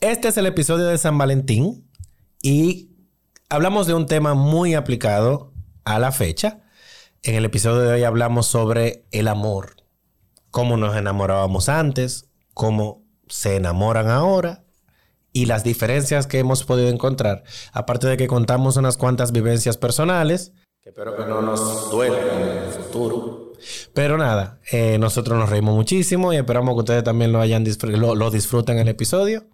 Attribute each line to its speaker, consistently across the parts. Speaker 1: Este es el episodio de San Valentín y hablamos de un tema muy aplicado a la fecha. En el episodio de hoy hablamos sobre el amor, cómo nos enamorábamos antes, cómo se enamoran ahora y las diferencias que hemos podido encontrar. Aparte de que contamos unas cuantas vivencias personales, que espero que no nos duela en el futuro. Pero nada, eh, nosotros nos reímos muchísimo y esperamos que ustedes también lo, hayan disfr- lo, lo disfruten el episodio.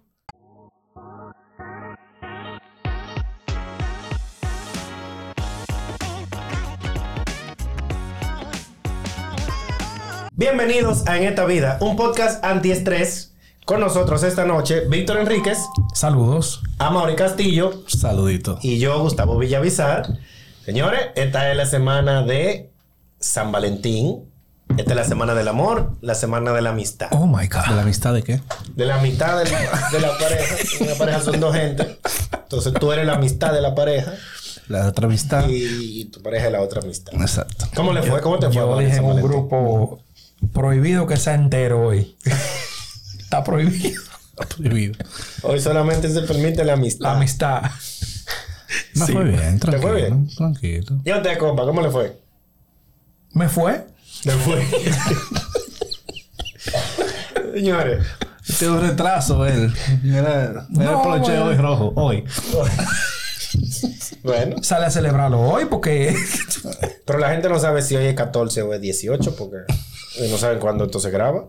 Speaker 1: Bienvenidos a En esta vida, un podcast antiestrés. Con nosotros esta noche, Víctor Enríquez,
Speaker 2: Saludos.
Speaker 1: Amaury Castillo,
Speaker 2: Saludito.
Speaker 1: y yo, Gustavo Villavizar. Señores, esta es la semana de San Valentín. Esta es la semana del amor, la semana de la amistad.
Speaker 2: Oh my God. ¿De la amistad de qué?
Speaker 1: De la amistad del- de la pareja. Una pareja son dos gente. Entonces tú eres la amistad de la pareja
Speaker 2: La otra amistad.
Speaker 1: y tu pareja es la otra amistad.
Speaker 2: Exacto.
Speaker 1: ¿Cómo le fue? ¿Cómo te fue?
Speaker 3: Yo
Speaker 1: Amaury,
Speaker 3: dije en
Speaker 1: San
Speaker 3: un
Speaker 1: Valentín?
Speaker 3: grupo prohibido que sea entero hoy. Está prohibido.
Speaker 2: Prohibido.
Speaker 1: Hoy solamente se permite la
Speaker 3: La
Speaker 1: amistad.
Speaker 3: amistad.
Speaker 2: No fue
Speaker 1: fue
Speaker 2: bien, tranquilo.
Speaker 1: bien?
Speaker 2: Tranquilo.
Speaker 1: ¿Y a usted, compa? ¿Cómo le fue?
Speaker 3: ¿Me fue?
Speaker 1: ¿Le fue? Señores.
Speaker 2: Tiene Este un retraso él. Era,
Speaker 3: No,
Speaker 2: el
Speaker 3: bueno.
Speaker 2: plancheo hoy rojo. Hoy.
Speaker 1: Bueno.
Speaker 3: Sale a celebrarlo hoy porque
Speaker 1: Pero la gente no sabe si hoy es 14 o es 18 porque no saben cuándo entonces graba.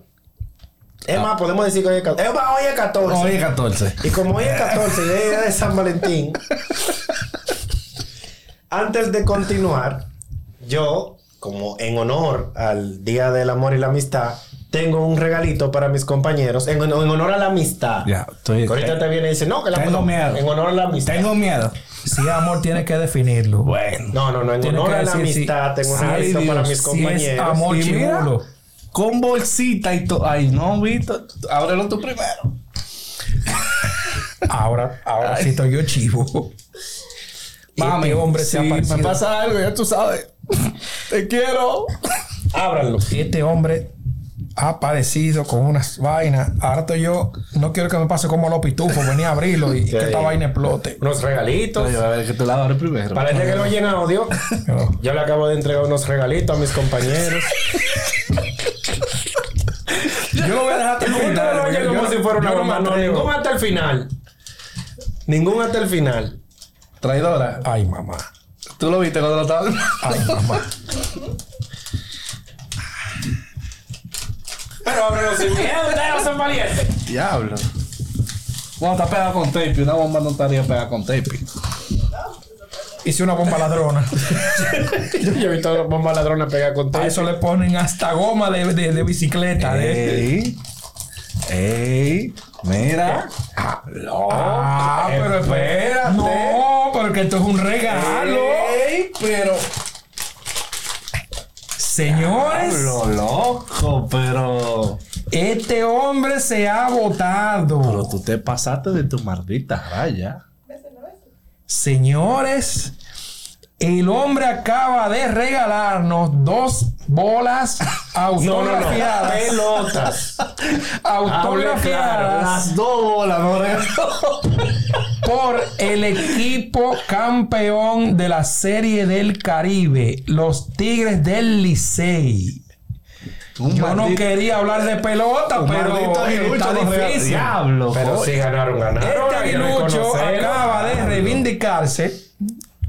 Speaker 1: Es más, podemos decir que hoy es 14. Es más, hoy es 14.
Speaker 2: Ah. Hoy es 14.
Speaker 1: Y como hoy es 14 y es día de San Valentín, antes de continuar, yo, como en honor al Día del Amor y la Amistad, tengo un regalito para mis compañeros en, en honor a la amistad.
Speaker 2: Ya, estoy.
Speaker 1: Que Ahorita te viene y dice, no, que la
Speaker 2: Tengo
Speaker 1: no,
Speaker 2: miedo.
Speaker 1: En honor a la amistad.
Speaker 2: Tengo miedo.
Speaker 3: si amor tiene que definirlo. Bueno.
Speaker 1: No, no, no, en
Speaker 3: Tiene
Speaker 1: honor
Speaker 3: que
Speaker 1: a la
Speaker 3: decir si-
Speaker 1: amistad, tengo un
Speaker 2: ay,
Speaker 1: regalito para mis
Speaker 2: Dios, si es
Speaker 3: Si
Speaker 1: compañeros.
Speaker 3: es amor
Speaker 2: Y mira.
Speaker 3: chimulo.
Speaker 2: Con bolsita y todo. Ay, no, Vito. Ábrelo tú primero.
Speaker 3: Ahora, ahora sí estoy yo chivo.
Speaker 1: Este,
Speaker 3: Mami, hombre se ha
Speaker 2: si
Speaker 3: parecido.
Speaker 2: me pasa algo, ya tú sabes. Te quiero.
Speaker 1: Ábranlo.
Speaker 3: Este hombre ha aparecido con unas vainas. Ahora estoy yo. No quiero que me pase como los pitufos. Venía a abrirlo y que esta vaina explote.
Speaker 1: unos regalitos.
Speaker 2: Oye, a ver, que te la abro primero.
Speaker 1: Parece que no llena audio. Yo le acabo de entregar unos regalitos a mis compañeros.
Speaker 3: Yo lo voy a dejar hasta el
Speaker 1: Ninguno
Speaker 3: final.
Speaker 1: lo oye
Speaker 3: porque yo
Speaker 1: como
Speaker 3: no-
Speaker 1: si fuera una
Speaker 3: yo no
Speaker 1: broma.
Speaker 3: me
Speaker 1: No,
Speaker 3: atrevo.
Speaker 1: ningún hasta el final. Ningún hasta el final.
Speaker 2: Traidora.
Speaker 3: Ay, mamá.
Speaker 2: Tú lo viste cuando lo estaba.
Speaker 3: Ay, mamá.
Speaker 1: Pero ábrelo sin miedo, ustedes no son valientes.
Speaker 2: Diablo. Bueno, está pegado con tape. Una bomba no estaría pegada con tape.
Speaker 3: Hice una bomba ladrona.
Speaker 1: Yo he visto a los bombas ladrones pegar con
Speaker 3: A
Speaker 1: todo.
Speaker 3: eso le ponen hasta goma de, de- de bicicleta. de-
Speaker 2: Ey. Ey. Mira. Habló.
Speaker 3: Ah, pero espera. No, porque esto es un regalo.
Speaker 2: Ey, pero.
Speaker 3: Señores,
Speaker 2: Lo loco, pero.
Speaker 3: este hombre se ha
Speaker 2: Pero
Speaker 3: votado.
Speaker 2: tú te pasaste de tu maldita raya.
Speaker 3: Señores, el hombre acaba de regalarnos dos bolas
Speaker 1: No, no, no.
Speaker 3: autografiadas.
Speaker 1: Pelotas.
Speaker 3: Autografiadas.
Speaker 2: Las dos bolas, no regaló.
Speaker 3: por el equipo campeón de la Serie del Caribe, los Tigres del Licey.
Speaker 2: Un
Speaker 3: Yo no
Speaker 2: maldito-
Speaker 3: quería hablar de pelota,
Speaker 2: un maldito
Speaker 3: pero eh,
Speaker 2: aguilucho
Speaker 3: está
Speaker 2: nos regaló.
Speaker 3: difícil.
Speaker 2: Diablo,
Speaker 1: Pero
Speaker 2: joder.
Speaker 1: si ganaron, ganaron.
Speaker 3: Este
Speaker 1: hay que reconocerlo.
Speaker 3: aguilucho acaba de reivindicarse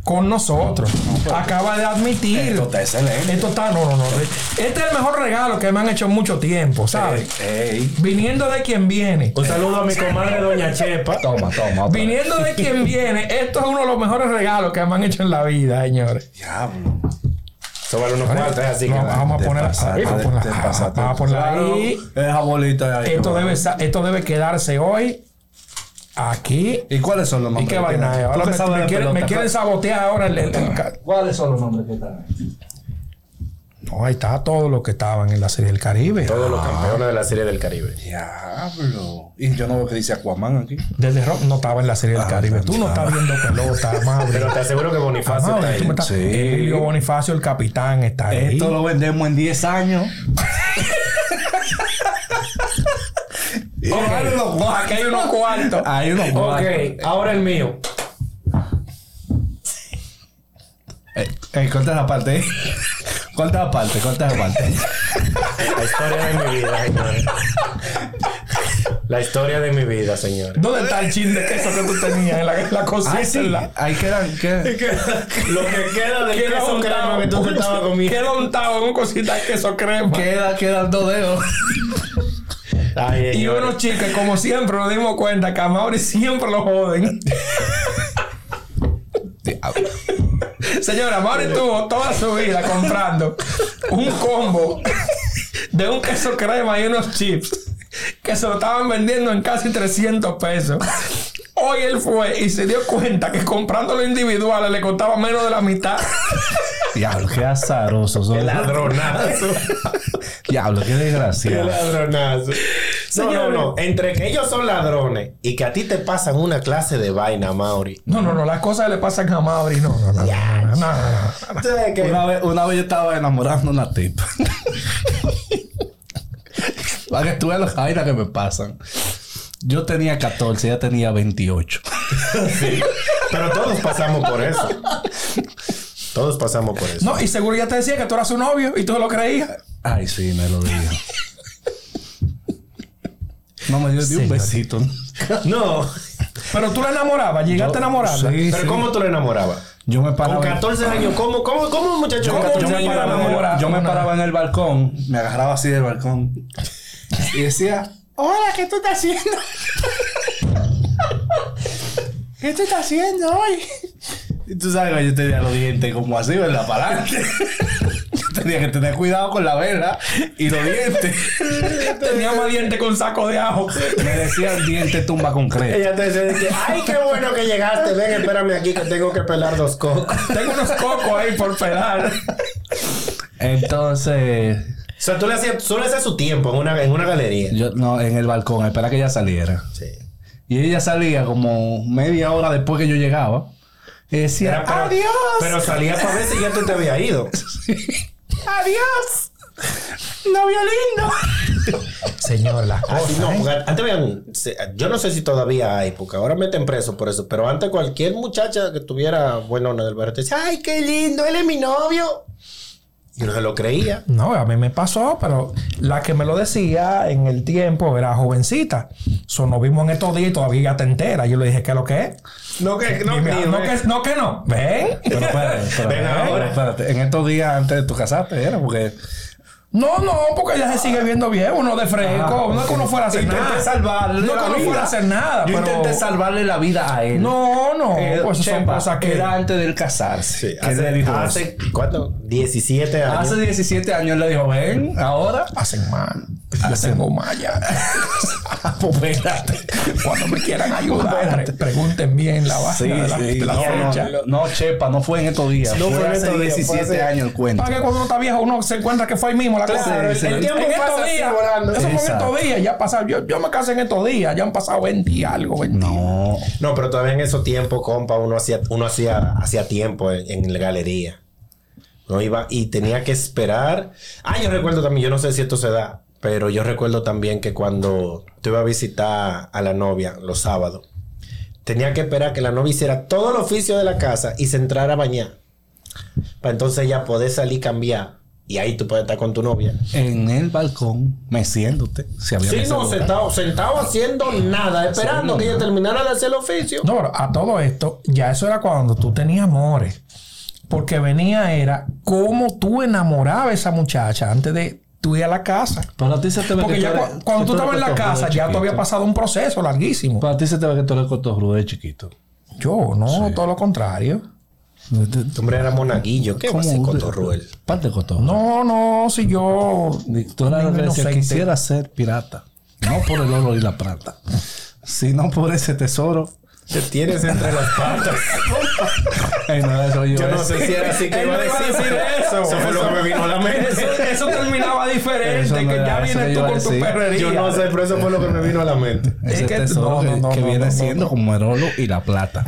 Speaker 3: con nosotros. Acaba de admitir.
Speaker 2: Esto está excelente.
Speaker 3: Esto está, no, no, no. Este es el mejor regalo que me han hecho en mucho tiempo, ¿sabes?
Speaker 2: Ey.
Speaker 3: Viniendo de quien viene.
Speaker 1: Un saludo a mi comadre Doña Chepa.
Speaker 2: Toma, toma. otra vez.
Speaker 3: Viniendo de quien viene, esto es uno de los mejores regalos que me han hecho en la vida, señores.
Speaker 2: Diablo.
Speaker 1: Eso vale unos cuartos, así que.
Speaker 3: No, vamos a
Speaker 2: Te
Speaker 3: poner
Speaker 2: pasaste,
Speaker 3: vamos a ponerla-
Speaker 2: te
Speaker 3: ah,
Speaker 2: pasaste.
Speaker 3: vamos a ponerla
Speaker 2: Claro,
Speaker 3: ahí.
Speaker 2: Esa bolita ahí.
Speaker 3: Esto debe, sa- esto debe quedarse hoy aquí.
Speaker 2: ¿Y cuáles son los
Speaker 3: ¿Y
Speaker 2: nombres?
Speaker 3: qué
Speaker 2: que
Speaker 3: vaina
Speaker 2: tienen?
Speaker 3: es?
Speaker 2: ¿Tú
Speaker 3: Ahora
Speaker 2: qué
Speaker 3: me,
Speaker 2: sabes
Speaker 3: me
Speaker 2: de
Speaker 3: quieren, me
Speaker 2: pelota?
Speaker 3: quieren sabotear ahora el, el- el ca-
Speaker 2: ¿Cuáles son los nombres que están ahí?
Speaker 3: No, ahí está todo lo que estaban en la serie del Caribe.
Speaker 1: Todos los campeones de la Serie del Caribe.
Speaker 2: Diablo. Y yo no veo que dice Aquaman aquí.
Speaker 3: Desde Rock no estaba en la serie del
Speaker 2: Ah,
Speaker 3: Caribe. Tú no
Speaker 2: ah.
Speaker 3: estás viendo pelota, madre.
Speaker 1: Pero te aseguro que Bonifacio está
Speaker 3: Amable, tú
Speaker 1: ahí.
Speaker 3: me estás-
Speaker 2: Sí.
Speaker 3: Emilio Bonifacio, el capitán, está ahí.
Speaker 2: Esto lo vendemos en 10 años. Ojalá los guantes.
Speaker 3: Aquí hay unos cuartos.
Speaker 2: Hay unos
Speaker 3: Ok,
Speaker 2: cuartos.
Speaker 3: ahora el mío.
Speaker 2: Eh, eh, corta esa parte. eh. Corta la parte, corta la parte.
Speaker 1: La historia de mi vida, señores. La historia de mi vida, señores.
Speaker 3: ¿Dónde está el chin de queso que tú tenías en la, en la cosita?
Speaker 2: Ahí sí.
Speaker 3: en la-
Speaker 2: Ahí quedan. ¿qué?
Speaker 1: Lo que queda de
Speaker 3: Queda
Speaker 1: queso crema que tú te estabas comiendo.
Speaker 3: Queda untado en un cosita de queso crema.
Speaker 2: Queda, quedan dos dedos.
Speaker 1: Ay,
Speaker 3: Y
Speaker 1: señores.
Speaker 3: unos chicas, como siempre, nos dimos cuenta que a Mauri siempre lo joden.
Speaker 2: Diablo.
Speaker 3: Señora, Mauri estuvo toda su vida comprando un combo de un queso crema y unos chips que se lo estaban vendiendo en casi 300 pesos. Hoy él fue y se dio cuenta que comprando los individuales le costaba menos de la mitad.
Speaker 2: Diablo, qué azaroso. son.
Speaker 1: Ladronazo.
Speaker 2: Diablo, qué
Speaker 1: Qué
Speaker 2: desgracia.
Speaker 1: ladronazo. No, no,
Speaker 3: Señores.
Speaker 1: no. Entre que ellos son ladrones y que a ti te pasan una clase de vaina, Mauri.
Speaker 3: No, no, no, las cosas que le pasan a Mauri, no, no, no.
Speaker 1: Ya.
Speaker 3: no, no, no.
Speaker 1: Tú sabes que-
Speaker 2: Una vez, una vez yo estaba enamorando a una tipa. Para que tú veas las vainas que me pasan. Yo tenía 14, ella tenía 28.
Speaker 1: Sí. Pero todos pasamos por eso. Todos pasamos por eso.
Speaker 3: No, y seguro ya te decía que tú eras su novio y tú lo creías.
Speaker 2: Ay, sí, me lo digo. No me dio ni un besito.
Speaker 1: No.
Speaker 3: Pero tú la enamorabas, llegaste a enamorarla.
Speaker 2: Sí,
Speaker 1: Pero
Speaker 2: sí.
Speaker 1: ¿cómo tú lo enamorababa?
Speaker 2: Yo me
Speaker 1: Con
Speaker 2: paraba.
Speaker 1: 14 años, ¿cómo, cómo, Ah, cómo un muchacho con
Speaker 3: ¿Cómo
Speaker 1: 14
Speaker 2: yo me
Speaker 1: años
Speaker 3: para
Speaker 2: paraba, en
Speaker 1: enamorado?
Speaker 2: el- yo me paraba en el balcón, me agarraba así del balcón y decía, hola, ¿qué tú estás haciendo? ¿Qué tú estás haciendo hoy? Y tú sabes que yo tenía los dientes como así, ¿verdad? Para adelante. Yo tenía que tener cuidado con la vela y los dientes.
Speaker 3: Tenía más dientes con saco de ajo.
Speaker 2: Me decían diente tumba concreto.
Speaker 1: Ella te decía, que, ay, qué bueno que llegaste. Ven, espérame aquí que tengo que pelar dos cocos.
Speaker 3: Tengo unos cocos ahí por pelar.
Speaker 2: Entonces,
Speaker 1: O sea, tú le hacías, tú le hacías su tiempo en una, en una galería.
Speaker 2: yo no, en el balcón, espera que ella saliera.
Speaker 1: Sí.
Speaker 2: Y ella salía como media hora después que yo llegaba. Y decía,
Speaker 1: Era- pero-
Speaker 2: ¡Adiós!
Speaker 1: Pero salía para ver si ya tú te había ido.
Speaker 2: ¡Adiós! ¡Novio lindo!
Speaker 3: Señor, las
Speaker 1: Así Ah,
Speaker 2: ¿eh?
Speaker 1: no, porque antes habían- se- yo no sé si todavía hay, porque ahora meten preso por eso, pero antes cualquier muchacha que tuviera buenona del barrio te decía, ay, qué lindo, él es mi novio. Y no se lo creía.
Speaker 3: No, a mí me pasó, pero la que me lo decía en el tiempo era jovencita. So, nos vimos en estos días y todavía ya te entera. Yo le dije, ¿qué es lo que es?
Speaker 1: No, que
Speaker 3: Y me- No, que, no, que no. Ven.
Speaker 2: Pero espérate, espérate,
Speaker 1: Ven
Speaker 2: espérate,
Speaker 1: ahora.
Speaker 2: espérate. En estos días antes de tu casarte, era porque.
Speaker 3: No, no, porque ella se sigue viendo bien. Uno de
Speaker 2: Ah,
Speaker 3: fresco. No es que uno fuera a hacer
Speaker 2: intenté
Speaker 3: nada.
Speaker 2: salvarle.
Speaker 3: No que
Speaker 2: la
Speaker 3: uno
Speaker 2: vida.
Speaker 3: fuera a hacer nada.
Speaker 2: Yo
Speaker 3: pero-
Speaker 2: intenté salvarle la vida a él.
Speaker 3: No, no.
Speaker 2: Eh,
Speaker 3: pues eso son
Speaker 2: Chepa,
Speaker 3: cosas que.
Speaker 2: Era antes del casarse.
Speaker 1: Sí,
Speaker 2: que
Speaker 1: hace,
Speaker 2: le dijo eso.
Speaker 1: hace, ¿cuánto? 17 años.
Speaker 2: Hace 17 años le dijo, ven, ahora.
Speaker 3: Hacen mal. Yo tengo malla.
Speaker 2: Pues espérate.
Speaker 3: Cuando me quieran ayudar, pre- pregunten bien la base
Speaker 2: Sí,
Speaker 3: de la,
Speaker 2: sí.
Speaker 3: de la
Speaker 2: no,
Speaker 3: fecha.
Speaker 2: no, no, Chepa, no fue en estos días.
Speaker 1: No
Speaker 2: fue,
Speaker 1: fue en
Speaker 2: hace
Speaker 1: estos días, fue
Speaker 2: 17
Speaker 1: hace-
Speaker 2: años el cuento.
Speaker 3: Para que cuando uno está viejo, uno se encuentra que fue ahí mismo la cosa.
Speaker 1: Claro,
Speaker 2: Sí,
Speaker 1: el
Speaker 2: sí.
Speaker 1: tiempo
Speaker 3: En
Speaker 1: pasa
Speaker 3: estos
Speaker 1: así
Speaker 3: días,
Speaker 1: volando.
Speaker 3: eso fue en
Speaker 2: Exacto.
Speaker 3: estos días, ya pasado. Yo, yo me casé en estos días, ya han pasado 20 y algo, 20.
Speaker 2: No.
Speaker 1: No, pero todavía en esos tiempos, compa, uno hacía, uno hacía, hacía tiempo en, en la galería. No iba y tenía que esperar. Ah, yo recuerdo también, yo no sé si esto se da, pero yo recuerdo también que cuando te iba a visitar a la novia los sábados, tenía que esperar que la novia hiciera todo el oficio de la casa y se entrara a bañar. Para entonces ella poder salir cambiar. Y ahí tú puedes estar con tu novia.
Speaker 2: en el balcón meciéndote. Si había
Speaker 1: Sí,
Speaker 2: mesa
Speaker 1: no,
Speaker 2: dura.
Speaker 1: sentado, sentado haciendo nada, esperando que ella terminara de hacer el oficio.
Speaker 3: No, pero a todo esto, ya eso era cuando tú tenías amores. Porque venía era cómo tú enamorabas a esa muchacha antes de tú ir a la casa.
Speaker 2: Para ti se te ve
Speaker 3: Porque
Speaker 2: que
Speaker 3: ya
Speaker 2: eres-
Speaker 3: cu- cuando
Speaker 2: que
Speaker 3: tú
Speaker 2: eres
Speaker 3: estabas en la
Speaker 2: cotorrudo de
Speaker 3: casa, ya tú
Speaker 2: chiquito.
Speaker 3: había pasado un proceso larguísimo.
Speaker 2: Para ti se te ve que tú eres cotorrudo de chiquito.
Speaker 3: Yo, no, todo lo contrario.
Speaker 1: Este hombre era monaguillo. ¿Qué va a ser
Speaker 2: ¿Cómo?
Speaker 1: Cotorruel?
Speaker 2: Parte cotorrudo.
Speaker 3: No, no, si yo.
Speaker 2: Ni- Tú eras lo que
Speaker 3: Ningún
Speaker 2: decía,
Speaker 3: inocente.
Speaker 2: quisiera ser pirata. No por el oro y la plata, sino por ese tesoro
Speaker 1: Te tienes entre las patas.
Speaker 2: Ay, no, eso yo,
Speaker 1: Yo no
Speaker 2: es-
Speaker 1: sé si era así que
Speaker 3: Él
Speaker 1: iba a
Speaker 3: no iba a
Speaker 1: decir,
Speaker 3: decir eso.
Speaker 1: eso. fue lo que me vino a la mente.
Speaker 3: Eso, eso terminaba diferente,
Speaker 2: Eso no
Speaker 3: que ya
Speaker 2: era, eso
Speaker 3: vienes
Speaker 2: iba
Speaker 3: tú
Speaker 2: a
Speaker 3: con tu
Speaker 2: decir.
Speaker 3: perrería.
Speaker 1: Yo no sé, pero eso fue lo que me vino a la mente.
Speaker 3: Es
Speaker 2: Ese
Speaker 3: que-
Speaker 2: tesoro
Speaker 3: no,
Speaker 2: que,
Speaker 3: no, no,
Speaker 2: que
Speaker 3: no,
Speaker 2: viene
Speaker 3: no,
Speaker 2: siendo como el oro y la plata.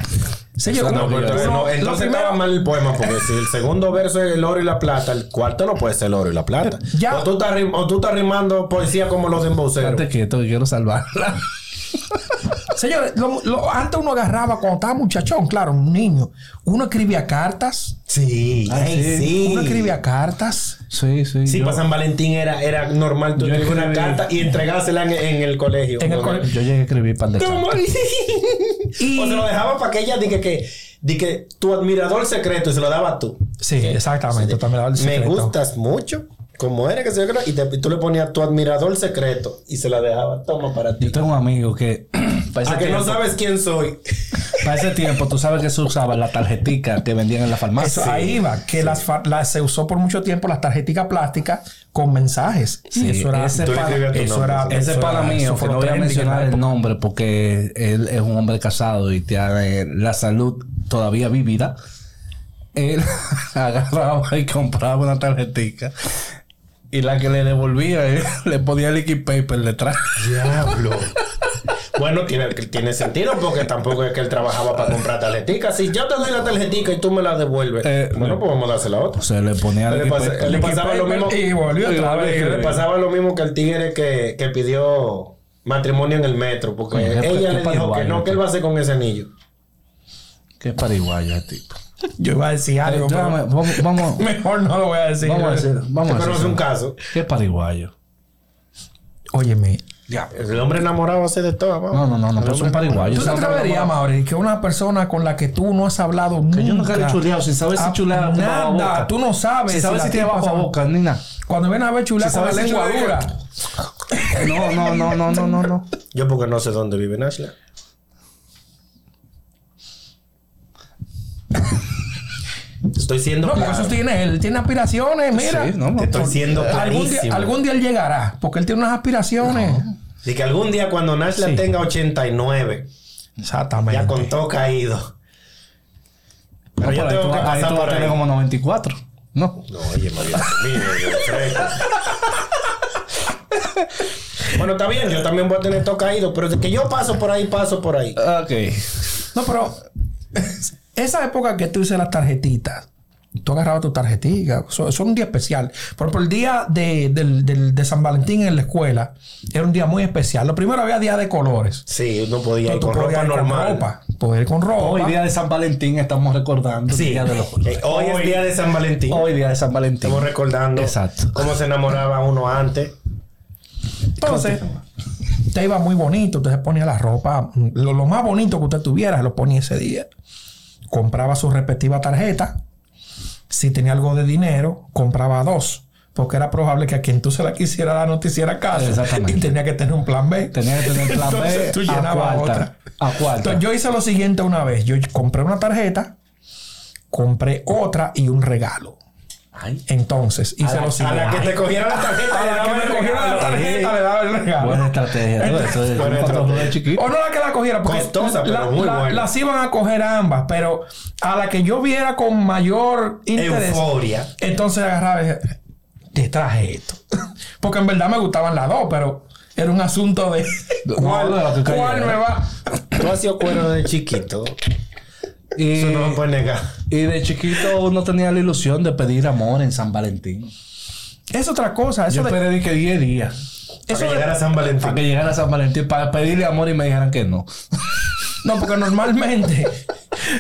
Speaker 3: Señor,
Speaker 2: Eso
Speaker 1: No, pero
Speaker 2: Uno-
Speaker 1: entonces, no, entonces
Speaker 3: primero-
Speaker 1: estaba mal el poema, porque si el segundo verso es el oro y la plata, el cuarto no puede ser el oro y la plata.
Speaker 3: Ya.
Speaker 1: O, tú estás rim- o tú estás rimando poesía como los de emboceros.
Speaker 2: Espérate quieto que quiero salvarla.
Speaker 3: Señores, lo- lo- antes uno agarraba cuando estaba muchachón, claro, un niño. Uno escribía cartas.
Speaker 1: Ah, Sí,
Speaker 2: Ay, sí.
Speaker 3: Uno escribía cartas.
Speaker 2: Sí, sí.
Speaker 1: Sí,
Speaker 2: yo-
Speaker 1: para San Valentín era, era normal tú
Speaker 2: Yo
Speaker 1: escribir una
Speaker 2: escribí-
Speaker 1: carta y entregársela en, en el colegio.
Speaker 3: En el
Speaker 1: Bueno,
Speaker 3: cole-
Speaker 2: Yo llegué a escribir par de
Speaker 1: ¿Cómo?
Speaker 2: cartas.
Speaker 3: Y-
Speaker 1: O se lo dejaba para que ella diga que, di que tu admirador secreto y se lo daba tú.
Speaker 3: Sí, exactamente.
Speaker 1: Sí.
Speaker 3: también era el
Speaker 1: Me
Speaker 3: secreto.
Speaker 1: gustas mucho. Como eres que se yo creo, y, te- y tú le ponías tu admirador secreto y se la dejaba. Toma para ti.
Speaker 2: Yo tengo un amigo que... para,
Speaker 1: A
Speaker 2: ese
Speaker 1: que no
Speaker 2: tiempo,
Speaker 1: sabes quién soy.
Speaker 2: para ese tiempo, tú sabes que se usaba la tarjetica que vendían en la
Speaker 3: Eso,
Speaker 2: farmacia.
Speaker 3: ahí va, que las, fa- las- se usó por mucho tiempo las tarjeticas plásticas con mensajes.
Speaker 2: Sí,
Speaker 3: eso era,
Speaker 2: ese
Speaker 1: Tú le
Speaker 2: pana-
Speaker 1: escribías tu
Speaker 3: eso
Speaker 1: nombre,
Speaker 3: era,
Speaker 1: sí.
Speaker 2: Ese
Speaker 3: eso
Speaker 2: para
Speaker 3: era-
Speaker 2: mí,
Speaker 3: eso
Speaker 2: que
Speaker 3: fue
Speaker 2: no
Speaker 3: lo
Speaker 2: voy a
Speaker 3: trending en la
Speaker 2: mencionar el
Speaker 3: época.
Speaker 2: nombre porque él es un hombre casado y tiene la salud todavía vivida. Él agarraba y compraba una tarjetica y la que le devolvía él le ponía liquid paper detrás.
Speaker 1: Diablo. Bueno, tiene, tiene sentido porque tampoco es que él trabajaba para comprar tarjeticas. Si yo te doy la tarjetica y tú me la devuelves,
Speaker 2: Eh,
Speaker 1: bueno, pues vamos a darse la otra.
Speaker 2: Se le ponía
Speaker 1: Le
Speaker 2: liquid
Speaker 1: pasa-
Speaker 2: paper.
Speaker 1: le
Speaker 3: Liquid
Speaker 1: pasaba lo
Speaker 3: paper
Speaker 1: mismo.
Speaker 3: y volvió otra
Speaker 1: y
Speaker 3: vez.
Speaker 1: Le pasaba lo mismo que al tigre que, que pidió matrimonio en el metro, porque
Speaker 2: Coño, qué-
Speaker 1: ella
Speaker 2: qué
Speaker 1: le dijo que
Speaker 2: paraguayo,
Speaker 1: no, que él va a hacer con ese anillo.
Speaker 2: Qué pariguayo, tipo.
Speaker 3: Yo iba a decir
Speaker 2: Eh,
Speaker 3: algo, Ah, pero
Speaker 2: déjame- vamos, vamos,
Speaker 3: mejor no lo voy a decir.
Speaker 2: vamos a decir, vamos a
Speaker 1: Pero no es
Speaker 2: decir-
Speaker 1: un caso.
Speaker 2: Qué pariguayo.
Speaker 3: Óyeme,
Speaker 1: El hombre enamorado hace de todo, vamos.
Speaker 2: No, no, no, no,
Speaker 1: El
Speaker 2: pero es un
Speaker 1: hombre
Speaker 2: pariguayo.
Speaker 3: ¿Tú te
Speaker 2: Esa-
Speaker 3: atreverías, Mauri, que una persona con la que tú no has hablado nunca...
Speaker 2: yo nunca le he chuleado, si sabes si
Speaker 3: Ah,
Speaker 2: chulea, te bajo a boca.
Speaker 3: Nada, tú no sabes.
Speaker 2: Si sabes
Speaker 3: la
Speaker 2: si tiene
Speaker 3: tipa
Speaker 2: bajo a
Speaker 3: sabe-
Speaker 2: boca, Nina.
Speaker 3: Cuando ven a ver chulear
Speaker 2: Si
Speaker 3: con la
Speaker 2: sabes si
Speaker 3: lengua
Speaker 2: chulea.
Speaker 3: dura.
Speaker 2: No, no, no, no, no, no, no.
Speaker 1: Yo porque no sé dónde vive Nashla. Estoy siendo
Speaker 3: No, porque
Speaker 1: claro.
Speaker 3: eso tiene él. Tiene aspiraciones, mira.
Speaker 2: Sí, no, no.
Speaker 1: Te estoy siendo
Speaker 3: Algún
Speaker 1: clarísimo.
Speaker 3: día, algún día él llegará, porque él tiene unas aspiraciones.
Speaker 1: De que algún día cuando Nashla
Speaker 3: Sí.
Speaker 1: tenga 89,
Speaker 3: Exactamente.
Speaker 1: ya con todo caído. Pero
Speaker 2: No,
Speaker 1: yo
Speaker 2: pero ahí
Speaker 1: tengo
Speaker 2: tú,
Speaker 1: que
Speaker 2: vas- ahí
Speaker 1: pasar
Speaker 2: tú vas
Speaker 1: por
Speaker 2: a tener
Speaker 1: ahí.
Speaker 2: como 94. No.
Speaker 1: No, oye, María, mire, yo creo. Bueno, está bien, yo también voy a tener todo caído, pero de que yo paso por ahí, paso por ahí.
Speaker 2: Ok.
Speaker 3: No, pero esa época que tú hice las tarjetitas, tú agarrabas tu tarjetita, eso, eso era un día especial. Por ejemplo, el día de, del- del- de San Valentín en la escuela era un día muy especial. Lo primero había día de colores.
Speaker 1: Sí, no podía ir
Speaker 3: Tú
Speaker 1: con ropa
Speaker 3: podías ir con
Speaker 1: normal.
Speaker 3: ropa, poder ir con ropa.
Speaker 2: Hoy día de San Valentín estamos recordando el
Speaker 1: Sí,
Speaker 2: día de los
Speaker 1: eh, hoy es día de San Valentín.
Speaker 2: Hoy día de San Valentín.
Speaker 1: Estamos recordando
Speaker 2: Exacto.
Speaker 1: cómo se enamoraba uno antes.
Speaker 3: Entonces, te iba muy bonito, usted se ponía la ropa, lo, lo más bonito que usted tuviera, lo ponía ese día. Compraba su respectiva tarjeta. Si tenía algo de dinero, compraba dos. Porque era probable que a quien tú se la quisiera dar no te hiciera caso.
Speaker 2: Exactamente.
Speaker 3: Y tenía que tener un plan B.
Speaker 2: Tenía que tener plan B
Speaker 3: Entonces, tú
Speaker 2: a
Speaker 3: llenabas
Speaker 2: cuarta.
Speaker 3: otra.
Speaker 2: A cuarta.
Speaker 3: Entonces, yo hice lo siguiente una vez. Yo compré una tarjeta, compré otra y un regalo.
Speaker 2: Ay,
Speaker 3: Entonces, hice
Speaker 2: la-
Speaker 3: lo
Speaker 1: A
Speaker 3: siguiente.
Speaker 1: la que te cogieron la tarjeta,
Speaker 3: A
Speaker 1: le
Speaker 3: la que
Speaker 1: daban
Speaker 3: me
Speaker 1: el
Speaker 3: cogiera la
Speaker 1: regalo.
Speaker 3: tarjeta le daba el regalo.
Speaker 2: buena estrategia. ¿no? Eso es
Speaker 1: Buena
Speaker 2: un patrón de chiquito.
Speaker 3: O no la que la cogiera, porque
Speaker 1: Costosa, pero
Speaker 3: la-
Speaker 1: muy
Speaker 3: la-
Speaker 1: buena.
Speaker 3: las iban a coger ambas, pero a la que yo viera con mayor interés,
Speaker 1: Euforia.
Speaker 3: entonces agarraba y decía, te traje esto. Porque en verdad me gustaban las dos, pero era un asunto de
Speaker 2: No,
Speaker 3: cuál,
Speaker 2: no, la que cayera.
Speaker 3: cuál me va.
Speaker 1: Tú has sido cuero de chiquito.
Speaker 2: Y,
Speaker 1: Eso no me puede negar.
Speaker 2: y de chiquito uno tenía la ilusión de pedir amor en San Valentín.
Speaker 3: Es otra cosa, eso
Speaker 2: Yo
Speaker 3: de-
Speaker 2: esperé que 10 días
Speaker 1: Para
Speaker 3: eso
Speaker 1: que
Speaker 3: de-
Speaker 1: llegara San Valentín.
Speaker 2: para que llegara San Valentín para pedirle amor y me dijeran que no.
Speaker 3: No, porque normalmente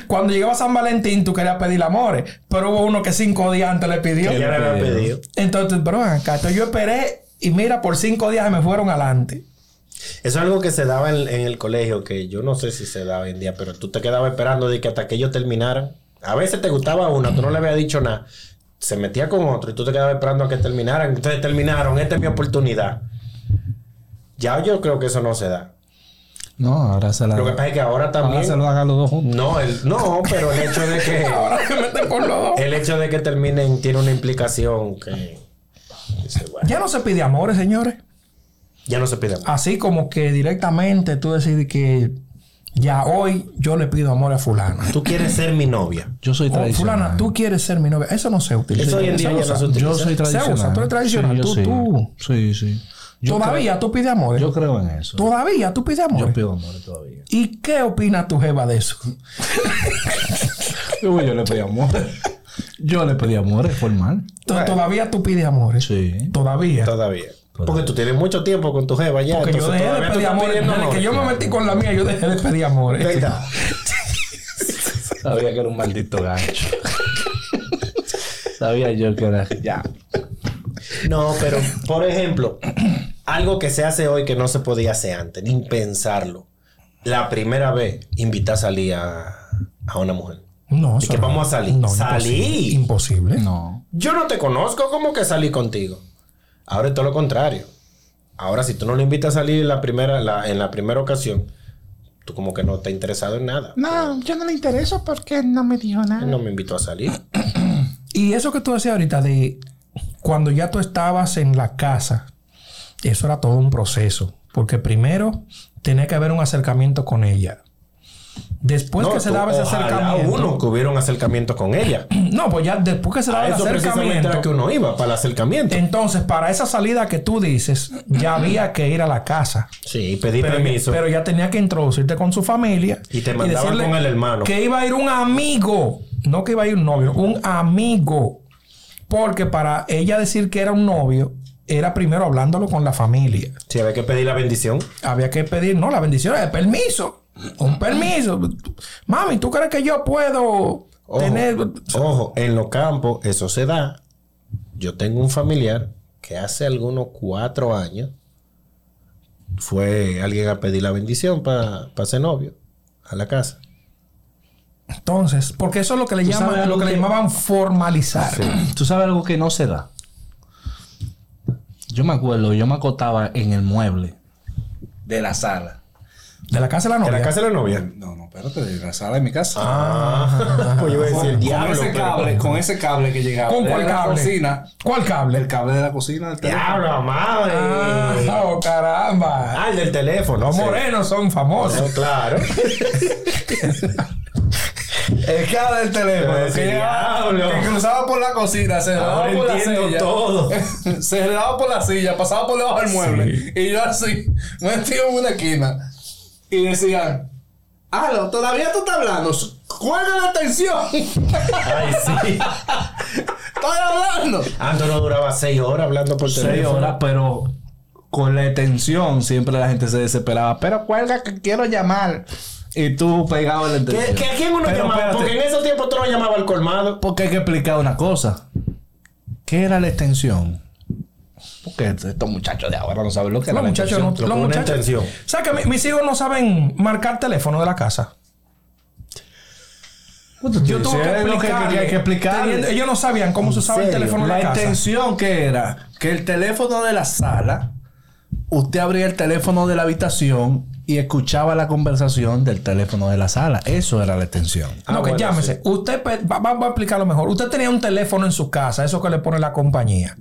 Speaker 3: cuando llegaba San Valentín tú querías pedir amores, pero hubo uno que cinco días antes le pidió.
Speaker 1: Ya le habían pedido.
Speaker 3: Entonces, pero ven acá, entonces yo esperé y mira, por cinco días se me fueron adelante.
Speaker 1: Eso es algo que se daba en, en el colegio, que yo no sé si se da hoy en día, pero tú te quedabas esperando de que hasta que ellos terminaran. A veces te gustaba una, tú no le habías dicho nada. Se metía con otro y tú te quedabas esperando a que terminaran. Entonces terminaron, esta es mi oportunidad. Ya yo creo que eso no se da.
Speaker 2: No, ahora se la
Speaker 1: Lo que pasa es que ahora
Speaker 2: Ahora se
Speaker 1: también.
Speaker 2: lo dan a los dos juntos.
Speaker 1: No, el- no, pero el hecho de que.
Speaker 3: Ahora se meten con los dos.
Speaker 1: El hecho de que terminen tiene una implicación que. dice, bueno,
Speaker 3: Ya no se pide amores, señores. Ah.
Speaker 1: ya no se pide más.
Speaker 3: Así como que directamente tú decides que Ya hoy yo le pido amor a fulano.
Speaker 1: Tú quieres ser mi novia.
Speaker 2: Yo soy
Speaker 3: Oh,
Speaker 2: tradicional.
Speaker 3: fulana, tú quieres ser mi novia. Eso no se utiliza.
Speaker 1: Eso hoy en día ya
Speaker 3: no
Speaker 1: no
Speaker 3: se usa.
Speaker 1: se utiliza.
Speaker 2: Yo soy tradicional.
Speaker 3: usa, tú eres tradicional,
Speaker 2: yo
Speaker 3: tú- tú.
Speaker 2: Sí, sí. Yo
Speaker 3: Todavía tú pides amor.
Speaker 2: creo- yo creo en eso.
Speaker 3: Todavía tú pides amor.
Speaker 2: Yo pido amor todavía.
Speaker 3: ¿Y qué opina tu jeva de eso?
Speaker 2: Yo, le pedí amor. Yo le pedí amor, es formal.
Speaker 3: To- Todavía tú pides amor.
Speaker 2: Sí.
Speaker 3: Todavía.
Speaker 1: Todavía. Porque tú tienes mucho tiempo con tu jeva ya.
Speaker 3: Que yo
Speaker 1: entonces
Speaker 3: dejé de
Speaker 1: todavía tú
Speaker 3: pedir
Speaker 1: estás
Speaker 3: amor.
Speaker 1: pidiendo
Speaker 3: Desde que yo me
Speaker 1: amor.
Speaker 3: metí con la mía, yo dejé de pedir amor.
Speaker 1: Ahí está.
Speaker 2: Sabía que era un maldito gancho. Sabía yo que era. Ya.
Speaker 1: No, pero por ejemplo, algo que se hace hoy que no se podía hacer antes, ni pensarlo. La primera vez invitar a salir a, a una mujer.
Speaker 3: No,
Speaker 1: ¿Y
Speaker 3: eso
Speaker 1: que
Speaker 3: no.
Speaker 1: vamos a salir?
Speaker 3: No,
Speaker 1: ¡Salir!
Speaker 3: Imposible. imposible.
Speaker 2: No.
Speaker 1: Yo no te conozco, ¿cómo que salí contigo? Ahora es todo lo contrario. Ahora, si tú no le invitas a salir en la primera, la- en la primera ocasión, tú como que no te has interesado en nada.
Speaker 2: No, yo no le intereso porque no me dijo
Speaker 1: Él No me invitó a salir.
Speaker 3: Y eso que tú decías ahorita de cuando ya tú estabas en la casa, eso era todo un proceso. Porque primero tenía que haber un acercamiento con ella. Después
Speaker 1: no,
Speaker 3: Pues que se
Speaker 1: tú-
Speaker 3: daba ese
Speaker 1: ojalá
Speaker 3: acercamiento.
Speaker 1: uno que hubiera un acercamiento con ella.
Speaker 3: No, pues ya después que se daba
Speaker 1: A
Speaker 3: el
Speaker 1: eso precisamente era
Speaker 3: acercamiento.
Speaker 1: que uno iba, para el acercamiento.
Speaker 3: Entonces, para esa salida que tú dices, ya había que ir a la casa.
Speaker 1: Sí, y pedí
Speaker 3: Pero,
Speaker 1: permiso.
Speaker 3: pero ya tenía que introducirte con su familia.
Speaker 1: Y te mandaban
Speaker 3: decirle
Speaker 1: con el hermano.
Speaker 3: Que iba a ir un amigo. No que iba a ir un novio, un amigo. Porque para ella decir que era un novio, era primero hablándolo con la familia.
Speaker 1: Sí, había que pedir la bendición.
Speaker 3: Había que pedir, no, la bendición era el permiso. Un permiso. Mami, ¿tú crees que yo puedo
Speaker 1: Ojo,
Speaker 3: tener.
Speaker 1: ojo, en los campos eso se da. Yo tengo un familiar que hace algunos cuatro años fue alguien a pedir la bendición para ser novio a la casa.
Speaker 3: Entonces, porque eso es lo que le, llaman-
Speaker 2: sabes
Speaker 3: lo
Speaker 2: algo
Speaker 3: que le
Speaker 2: que-
Speaker 3: llamaban formalizar.
Speaker 2: ¿Tú sabes algo que no se da? Yo me acuerdo, yo me acotaba en el mueble de la sala.
Speaker 3: De la casa de la
Speaker 1: ¿En
Speaker 3: novia.
Speaker 1: la casa de la novia?
Speaker 2: No, no, espérate, de la sala de mi casa.
Speaker 1: Ah, pues yo iba a decir el diablo.
Speaker 2: con ese
Speaker 1: pero-
Speaker 2: cable, con ese cable que llegaba.
Speaker 3: ¿Con cuál
Speaker 2: de la
Speaker 3: cable?
Speaker 2: cocina.
Speaker 3: ¿Cuál
Speaker 2: El
Speaker 3: cable?
Speaker 2: cable de la cocina del teléfono.
Speaker 1: ¡Diablo, madre!
Speaker 3: Ah, oh, caramba.
Speaker 1: Ah, el del teléfono.
Speaker 3: Los
Speaker 1: sí.
Speaker 3: morenos son famosos.
Speaker 1: No, claro.
Speaker 2: El cable del teléfono.
Speaker 1: Ese
Speaker 2: Que, llegaba-
Speaker 1: diablo.
Speaker 2: que cruzaba por la cocina, se
Speaker 1: Ahora
Speaker 2: enredaba por la
Speaker 1: entiendo
Speaker 2: silla.
Speaker 1: todo.
Speaker 2: Se enredaba por la silla, pasaba por debajo del mueble. Y yo así, metido en una esquina. Y decían, Alo, todavía tú estás hablando. Juega la atención.
Speaker 1: Ay, sí.
Speaker 2: Estoy hablando.
Speaker 1: Antes no duraba seis horas hablando por teléfono.
Speaker 2: seis horas, pero con la extensión siempre la gente se desesperaba. Pero cuelga que quiero llamar. Y tú pegado en la
Speaker 1: ¿Qué,
Speaker 2: extensión.
Speaker 1: qué, a quién uno
Speaker 2: Pero
Speaker 1: llamaba?
Speaker 2: espérate.
Speaker 1: Porque en ese tiempo tú no llamabas al colmado.
Speaker 2: Porque hay que explicar una cosa. ¿Qué era la extensión? Porque estos muchachos de ahora no saben lo que era
Speaker 3: Los
Speaker 2: la
Speaker 3: muchachos no.
Speaker 2: extensión.
Speaker 1: lo
Speaker 3: Los
Speaker 1: que una
Speaker 3: muchachos.
Speaker 1: intención.
Speaker 3: O sea que mi- mis hijos no saben marcar teléfono de la casa. Yo tuve que
Speaker 2: Es lo que
Speaker 3: explicarle.
Speaker 2: hay que explicarle.
Speaker 3: Teniendo- ellos no sabían cómo se usaba el
Speaker 1: serio?
Speaker 3: teléfono de la,
Speaker 2: La
Speaker 3: casa.
Speaker 2: intención que era que el teléfono de la sala, usted abría el teléfono de la habitación y escuchaba la conversación del teléfono de la sala. Eso era la extensión.
Speaker 3: No,
Speaker 1: Ah,
Speaker 3: que
Speaker 1: bueno,
Speaker 3: llámese.
Speaker 1: sí.
Speaker 3: Usted pe- va, va- va a explicarlo mejor. Usted tenía un teléfono en su casa, eso que le pone la compañía.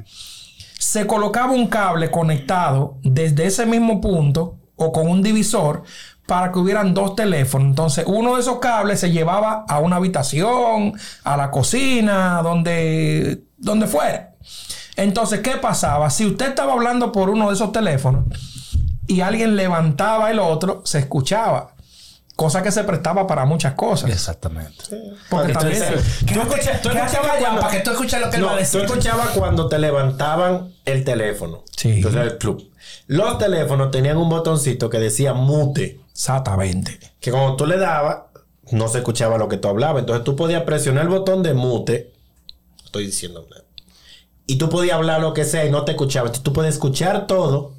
Speaker 3: Se colocaba un cable conectado desde ese mismo punto o con un divisor para que hubieran dos teléfonos. Entonces, uno de esos cables se llevaba a una habitación, a la cocina, donde, donde fuera. Entonces, ¿qué pasaba? Si usted estaba hablando por uno de esos teléfonos y alguien levantaba el otro, se escuchaba. Cosa que se prestaba para muchas cosas.
Speaker 2: Exactamente.
Speaker 3: Porque también.
Speaker 1: Tú escucha- tú escuchabas cuando-
Speaker 2: escuches lo
Speaker 1: No, tú escuchabas cuando te levantaban el teléfono.
Speaker 3: Sí.
Speaker 1: Entonces el club. Los teléfonos tenían un botoncito que decía mute.
Speaker 3: Exactamente.
Speaker 1: Que cuando tú le dabas, no se escuchaba lo que tú hablabas. Entonces tú podías presionar el botón de mute. Estoy diciendo nada. Y tú podías hablar lo que sea y no te escuchaba. Entonces, tú podías escuchar todo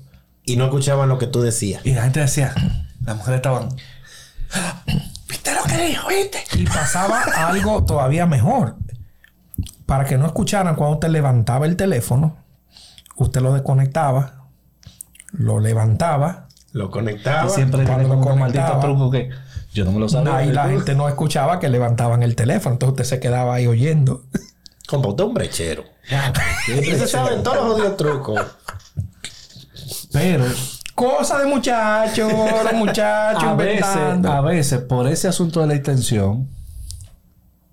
Speaker 1: y no escuchaban lo que tú decías.
Speaker 2: Y la gente decía, las mujeres estaban. ¿Viste lo que dijo? ¿Viste?
Speaker 3: Y pasaba algo todavía mejor. Para que no escucharan cuando usted levantaba el teléfono, usted lo desconectaba, lo levantaba,
Speaker 1: Lo conectaba.
Speaker 2: Y siempre
Speaker 3: Cuando
Speaker 2: viene con
Speaker 3: lo
Speaker 2: un maldito
Speaker 3: conectaba.
Speaker 2: truco que yo no me lo sabía.
Speaker 3: ahí la gente no escuchaba que levantaban el teléfono, entonces usted se quedaba ahí oyendo.
Speaker 1: Como usted un brechero.
Speaker 2: Ya,
Speaker 1: Usted se sabe todos los jodidos trucos.
Speaker 2: Pero
Speaker 3: Cosa de muchachos, los muchachos
Speaker 2: a veces,
Speaker 3: inventando.
Speaker 2: a veces, por ese asunto de la extensión,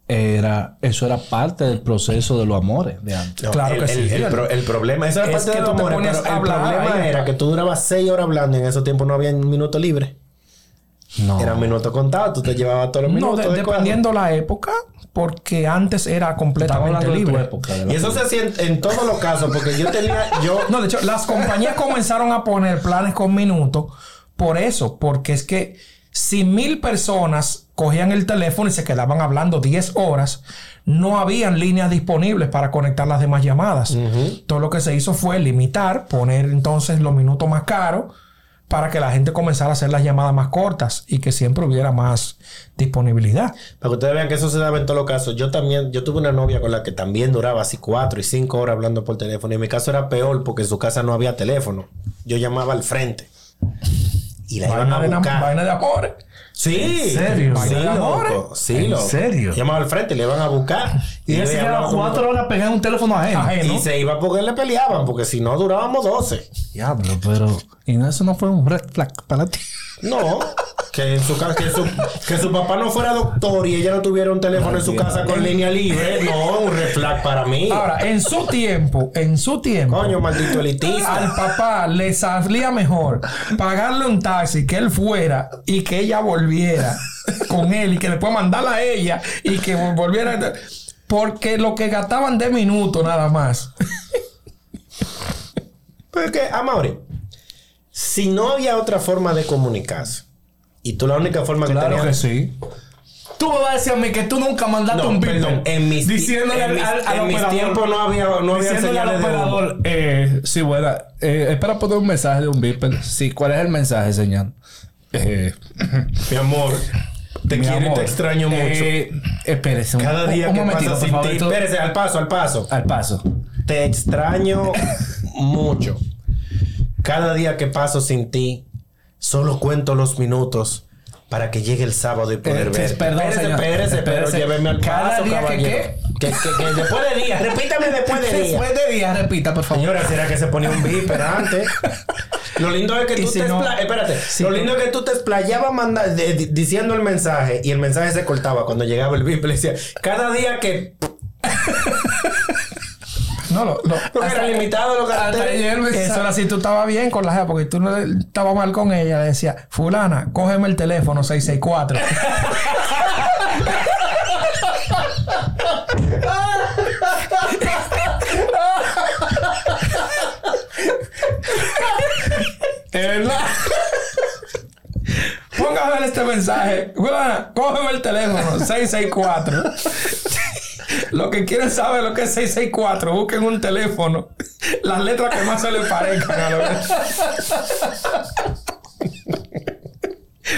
Speaker 2: era, eso era parte del proceso de los amores de antes.
Speaker 1: No,
Speaker 3: Claro
Speaker 1: el,
Speaker 3: que sí,
Speaker 1: el- El,
Speaker 3: Julián.
Speaker 1: pro- el problema, esa era
Speaker 3: Es
Speaker 1: parte
Speaker 3: que
Speaker 1: de tu
Speaker 3: tú te
Speaker 1: amor,
Speaker 3: ponías
Speaker 1: pero
Speaker 3: a
Speaker 1: el
Speaker 3: hablar,
Speaker 1: problema
Speaker 3: ahí
Speaker 1: era
Speaker 3: está.
Speaker 1: que tú durabas seis horas hablando y en esos tiempos no había un minuto libre.
Speaker 2: No.
Speaker 1: Eran minutos contados, tú te llevabas todos los
Speaker 3: No,
Speaker 1: minutos.
Speaker 3: de-
Speaker 1: de
Speaker 3: dependiendo la época, porque antes era
Speaker 2: Estamos
Speaker 3: completamente
Speaker 2: hablando de tu
Speaker 3: libre.
Speaker 2: época. de
Speaker 1: cuadro.
Speaker 2: la
Speaker 1: Y eso se hacía en, en todos los casos, porque yo tenía, yo,
Speaker 3: No, de hecho, las compañías comenzaron a poner planes con minutos por eso, porque es que si mil personas cogían el teléfono y se quedaban hablando 10 horas, no habían líneas disponibles para conectar las demás llamadas. Todo lo que se hizo fue limitar, poner entonces los minutos más caros para que la gente comenzara a hacer las llamadas más cortas y que siempre hubiera más disponibilidad.
Speaker 1: para que ustedes vean que eso se daba en todos los casos, yo también, yo tuve una novia con la que también duraba así cuatro y cinco horas hablando por teléfono. Y en mi caso era peor porque en su casa no había teléfono. Yo llamaba al frente. Y la iban
Speaker 3: Vaina
Speaker 1: a
Speaker 3: de, nam-
Speaker 1: buscar.
Speaker 3: vaina de amores.
Speaker 1: Sí.
Speaker 2: ¿En serio?
Speaker 1: Sí,
Speaker 3: ¿Vaina de
Speaker 1: loco.
Speaker 3: amores?
Speaker 1: Sí,
Speaker 2: ¿En
Speaker 1: loco.
Speaker 2: serio?
Speaker 1: Llamaba al frente, le iban a buscar.
Speaker 2: Y él
Speaker 1: yo
Speaker 2: se
Speaker 1: le
Speaker 2: quedaba
Speaker 1: hablaba como-
Speaker 2: cuatro horas pegado en un teléfono ajeno.
Speaker 3: Ajeno.
Speaker 1: Y se iba porque le peleaban, porque si no durábamos 12.
Speaker 2: Diablo, pero. Y no, eso no fue un red flag para ti.
Speaker 1: No. Que, en su, ca- que, su, que su papá no fuera doctor y ella no tuviera un teléfono en su casa con línea libre. No, un red flag para mí.
Speaker 2: Ah.
Speaker 3: Ahora, en su tiempo, en su tiempo.
Speaker 1: Coño, maldito elitista.
Speaker 3: al papá le salía mejor pagarle un taxi que él fuera y que ella volviera con él y que después mandarla a ella y que volviera. Porque lo que gastaban de minuto nada más.
Speaker 1: Porque, Amaury, si no había otra forma de comunicarse y tú la única forma que
Speaker 2: Claro
Speaker 1: tenías
Speaker 2: que sí. Tú me vas a decir a mí que tú nunca mandaste
Speaker 1: No,
Speaker 2: un beat
Speaker 1: perdón, en mis, ti-
Speaker 2: diciéndole
Speaker 1: en mis-
Speaker 2: al, al- al
Speaker 1: en mis
Speaker 2: operador.
Speaker 1: tiempos no había, no había
Speaker 2: diciéndole al
Speaker 1: señales de humo.
Speaker 2: operador. eh, sí, bueno. eh, espera poner un mensaje de un beeper. Sí, ¿cuál es el mensaje, señor? Eh,
Speaker 1: Mi amor, te
Speaker 2: mi
Speaker 1: quiero y
Speaker 2: amor,
Speaker 1: te extraño mucho.
Speaker 2: eh, espérese. un-
Speaker 1: Cada
Speaker 2: un-
Speaker 1: día
Speaker 2: un
Speaker 1: que
Speaker 2: momentito,
Speaker 1: pasa
Speaker 2: por
Speaker 1: sin
Speaker 2: favor,
Speaker 1: ti.
Speaker 2: esto-
Speaker 1: Espérese, al paso, al paso.
Speaker 2: Al paso.
Speaker 1: Te extraño mucho. Cada día que paso sin ti, solo cuento los minutos para que llegue el sábado y poder
Speaker 2: Eh,
Speaker 1: ver.
Speaker 2: perdón,
Speaker 1: espérese,
Speaker 2: señor.
Speaker 1: espérese, pero
Speaker 2: Espérese.
Speaker 1: lléveme al
Speaker 2: Cada
Speaker 1: paso,
Speaker 2: día que
Speaker 1: caballero. Que, que- que después de día, repítame después de día.
Speaker 2: Después de día, repita, por favor.
Speaker 1: Señora, ¿será que se ponía un beeper antes? Lo lindo es que
Speaker 3: Y
Speaker 1: tú
Speaker 3: si
Speaker 1: te
Speaker 3: no-
Speaker 1: expla- espérate,
Speaker 3: si
Speaker 1: lo
Speaker 3: no-
Speaker 1: lindo es que tú te explayabas manda- de- di- diciendo el mensaje y el mensaje se cortaba cuando llegaba el beeper. Le decía, cada día que
Speaker 3: No, lo, lo-
Speaker 1: porque era limitado los caracteres.
Speaker 3: Eso era si tú estabas bien con la jefa, porque tú no le- estabas mal con ella. Le decía, Fulana, cógeme el teléfono 664.
Speaker 2: Es verdad.
Speaker 3: Ponga a ver este mensaje. Fulana, cógeme el teléfono 664. Lo que quieren saber lo que es 664, busquen un teléfono. Las letras que más se les parezcan a lo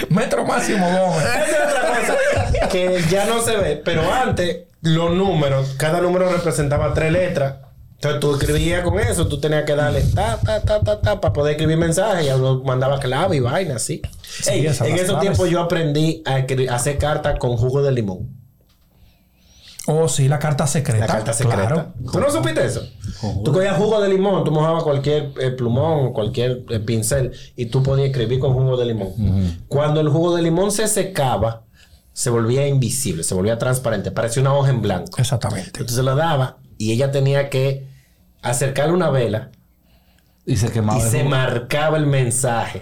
Speaker 3: Metro Máximo Gómez.
Speaker 1: Esa es otra cosa que ya no se ve, pero antes los números, cada número representaba tres letras. Entonces tú escribías con eso, tú tenías que darle ta, ta, ta, ta, ta, para poder escribir mensajes y luego mandaba clave y vaina, así. Ey,
Speaker 3: esas
Speaker 1: en
Speaker 3: las
Speaker 1: esos
Speaker 3: claves.
Speaker 1: tiempos yo aprendí a, escri- a hacer cartas con jugo de limón.
Speaker 3: Oh, sí, la carta secreta.
Speaker 1: La carta secreta.
Speaker 3: Claro.
Speaker 1: ¿Tú no supiste eso? Tú cogías jugo de limón, tú mojabas cualquier eh, plumón, cualquier eh, pincel y tú podías escribir con jugo de limón. Cuando el jugo de limón se secaba, se volvía invisible, se volvía transparente, parecía una hoja en blanco.
Speaker 3: Exactamente.
Speaker 1: Entonces la daba y ella tenía que acercarle una vela
Speaker 2: Y se quemaba.
Speaker 1: y
Speaker 2: el
Speaker 1: se
Speaker 2: jugo.
Speaker 1: marcaba el mensaje.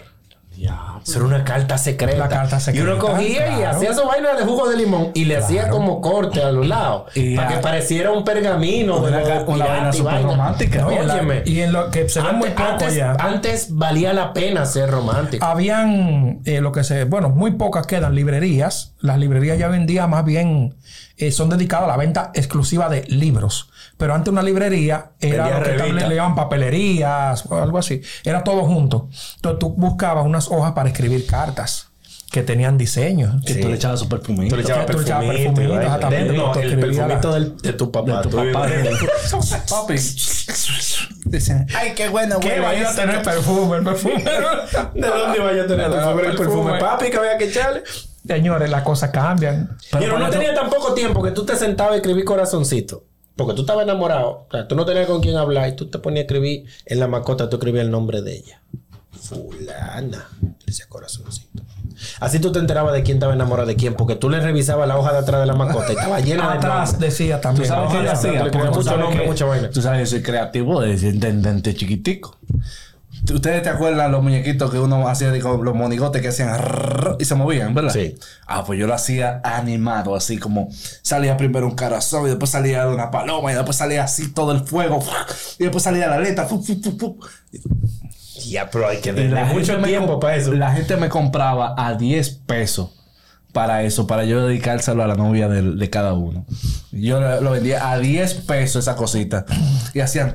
Speaker 1: Eso era una carta secreta.
Speaker 3: La carta
Speaker 1: Y
Speaker 3: secreta,
Speaker 1: uno cogía y
Speaker 3: claro.
Speaker 1: hacía su vaina de jugo de limón y le hacía como corte a los lados.
Speaker 2: Y
Speaker 1: para
Speaker 2: a-
Speaker 1: que pareciera un pergamino. de
Speaker 2: Una
Speaker 1: los
Speaker 2: ca-
Speaker 1: de
Speaker 2: una
Speaker 1: pirata
Speaker 2: vaina
Speaker 1: y
Speaker 2: súper romántica.
Speaker 3: No, y, en la-
Speaker 1: Óyeme.
Speaker 3: y en lo que se ve muy
Speaker 1: Antes,
Speaker 3: poco
Speaker 1: antes-
Speaker 3: ya. Ah,
Speaker 1: antes valía la pena ser romántico.
Speaker 3: Habían eh, lo que se, bueno, muy pocas quedan librerías. Las librerías ya vendían más bien eh, son dedicadas a la venta exclusiva de libros. Pero antes una librería era
Speaker 1: Vendía
Speaker 3: lo que
Speaker 1: revista.
Speaker 3: también le llamaban papelerías o algo así. Era todo junto. Entonces tú buscabas unas hojas para escribir cartas que tenían diseños.
Speaker 2: Que tú le echabas su perfumito.
Speaker 1: Tú le echabas
Speaker 3: tú le echabas
Speaker 1: perfumito y
Speaker 3: perfumito,
Speaker 1: vaina.
Speaker 3: exactamente,
Speaker 1: De- no,
Speaker 3: tú
Speaker 1: el
Speaker 3: escribías
Speaker 1: perfumito
Speaker 3: la-
Speaker 1: del- de tu papá.
Speaker 2: de tu
Speaker 1: tú ibas-
Speaker 2: papá. Papi. Dicen, ay, qué bueno,
Speaker 3: ¿Qué
Speaker 2: bueno,
Speaker 3: va a
Speaker 2: eso".
Speaker 3: tener perfume? El perfume.
Speaker 1: ¿De dónde iba yo a tener
Speaker 3: El
Speaker 1: perfume? El perfume,
Speaker 3: perfume.
Speaker 1: papi, que había que echarle.
Speaker 3: Señores, las cosas cambian.
Speaker 1: Pero no
Speaker 2: para
Speaker 1: tenía tan poco tiempo que tú te sentabas a escribir corazoncito. Porque tú estabas enamorado. O sea, tú no tenías con quién hablar y tú te ponías a escribir en la mascota, tú escribías el nombre de ella. fulana. Le decía corazoncito. Así tú te enterabas de quién estaba enamorada de quién, porque tú le revisabas la hoja de atrás de la mascota y estaba llena de
Speaker 3: Atrás
Speaker 1: nombres.
Speaker 3: decía también.
Speaker 2: ¿Tú sabes
Speaker 1: no,
Speaker 2: qué yo
Speaker 1: no,
Speaker 2: hacía?
Speaker 1: no,
Speaker 2: Porque
Speaker 1: mucho
Speaker 2: tú sabes
Speaker 1: nombre,
Speaker 2: que-
Speaker 1: mucha vaina.
Speaker 2: Tú sabes, yo soy creativo desde intendente chiquitico. Ustedes te acuerdan los muñequitos que uno hacía, digo, los monigotes que hacían rrrr y se movían, ¿verdad?
Speaker 1: Sí.
Speaker 2: Ah, pues yo lo hacía animado, así como salía primero un corazón y después salía una paloma y después salía así todo el fuego y después salía la aleta. fu, fu, fu, fu.
Speaker 1: Ya, pero hay que
Speaker 2: Y
Speaker 1: darle
Speaker 2: la
Speaker 1: mucho
Speaker 2: gente me
Speaker 1: tiempo
Speaker 2: comp-
Speaker 1: para eso.
Speaker 2: La gente me compraba a 10 pesos para eso, para yo dedicárselo a la novia del- de, cada uno. Yo lo lo vendía a 10 pesos esa cosita. Y hacían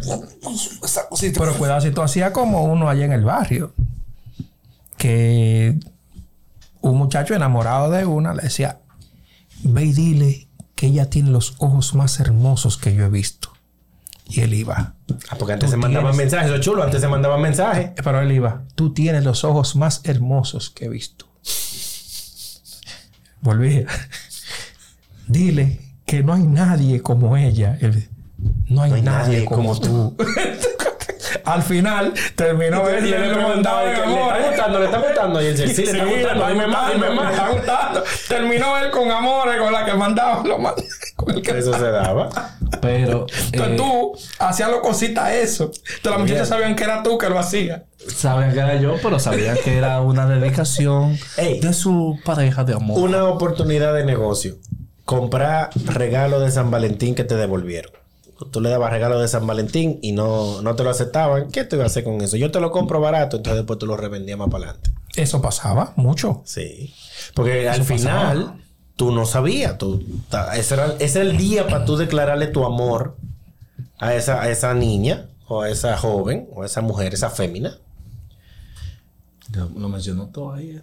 Speaker 2: esa cosita.
Speaker 3: Pero cuidado, si tú hacías como uno allá en el barrio, que un muchacho enamorado de una le decía, ve y dile que ella tiene los ojos más hermosos que yo he visto. Y él iba,
Speaker 1: Ah, porque antes se mandaban mensajes, eso es chulo, antes se mandaban mensajes.
Speaker 3: eh, pero él iba, tú tienes los ojos más hermosos que he visto. Volvía, dile que no hay nadie como ella. Él, no hay,
Speaker 1: hay
Speaker 3: nadie,
Speaker 1: nadie
Speaker 3: como,
Speaker 1: como
Speaker 3: tú. Al final terminó
Speaker 1: Y
Speaker 3: él y él
Speaker 1: le preguntaba,
Speaker 3: preguntaba,
Speaker 1: ¿le
Speaker 3: "Mi amor, eh?".
Speaker 1: está gustando? ¿Le está gustando? Y él dice, sí, le está gustando, dime más, dime más.
Speaker 3: Terminó él con amores, con la que mandaba lo mand- con el que-
Speaker 1: Eso se daba.
Speaker 2: Pero
Speaker 3: Entonces
Speaker 2: eh,
Speaker 3: tú hacías lo cosita eso. Entonces las muchachas sabían que era tú que lo hacías.
Speaker 2: sabían que era yo, pero sabían que era una dedicación
Speaker 1: Ey.
Speaker 2: de su pareja de amor.
Speaker 1: Una oportunidad de negocio. Comprar regalo de San Valentín que te devolvieron. Tú le dabas regalo de San Valentín y no, no te lo aceptaban. ¿Qué te iba a hacer con eso? Yo te lo compro barato, entonces después tú lo revendías más para adelante.
Speaker 3: Eso pasaba
Speaker 1: Ah,
Speaker 3: mucho.
Speaker 1: Sí. Porque al final tú no sabías. Tú, ta- ese, era, ese era el día para tú declararle tu amor a esa, a esa niña o a esa joven o a esa mujer, esa fémina.
Speaker 2: Lo lo mencionó todo ahí. eh.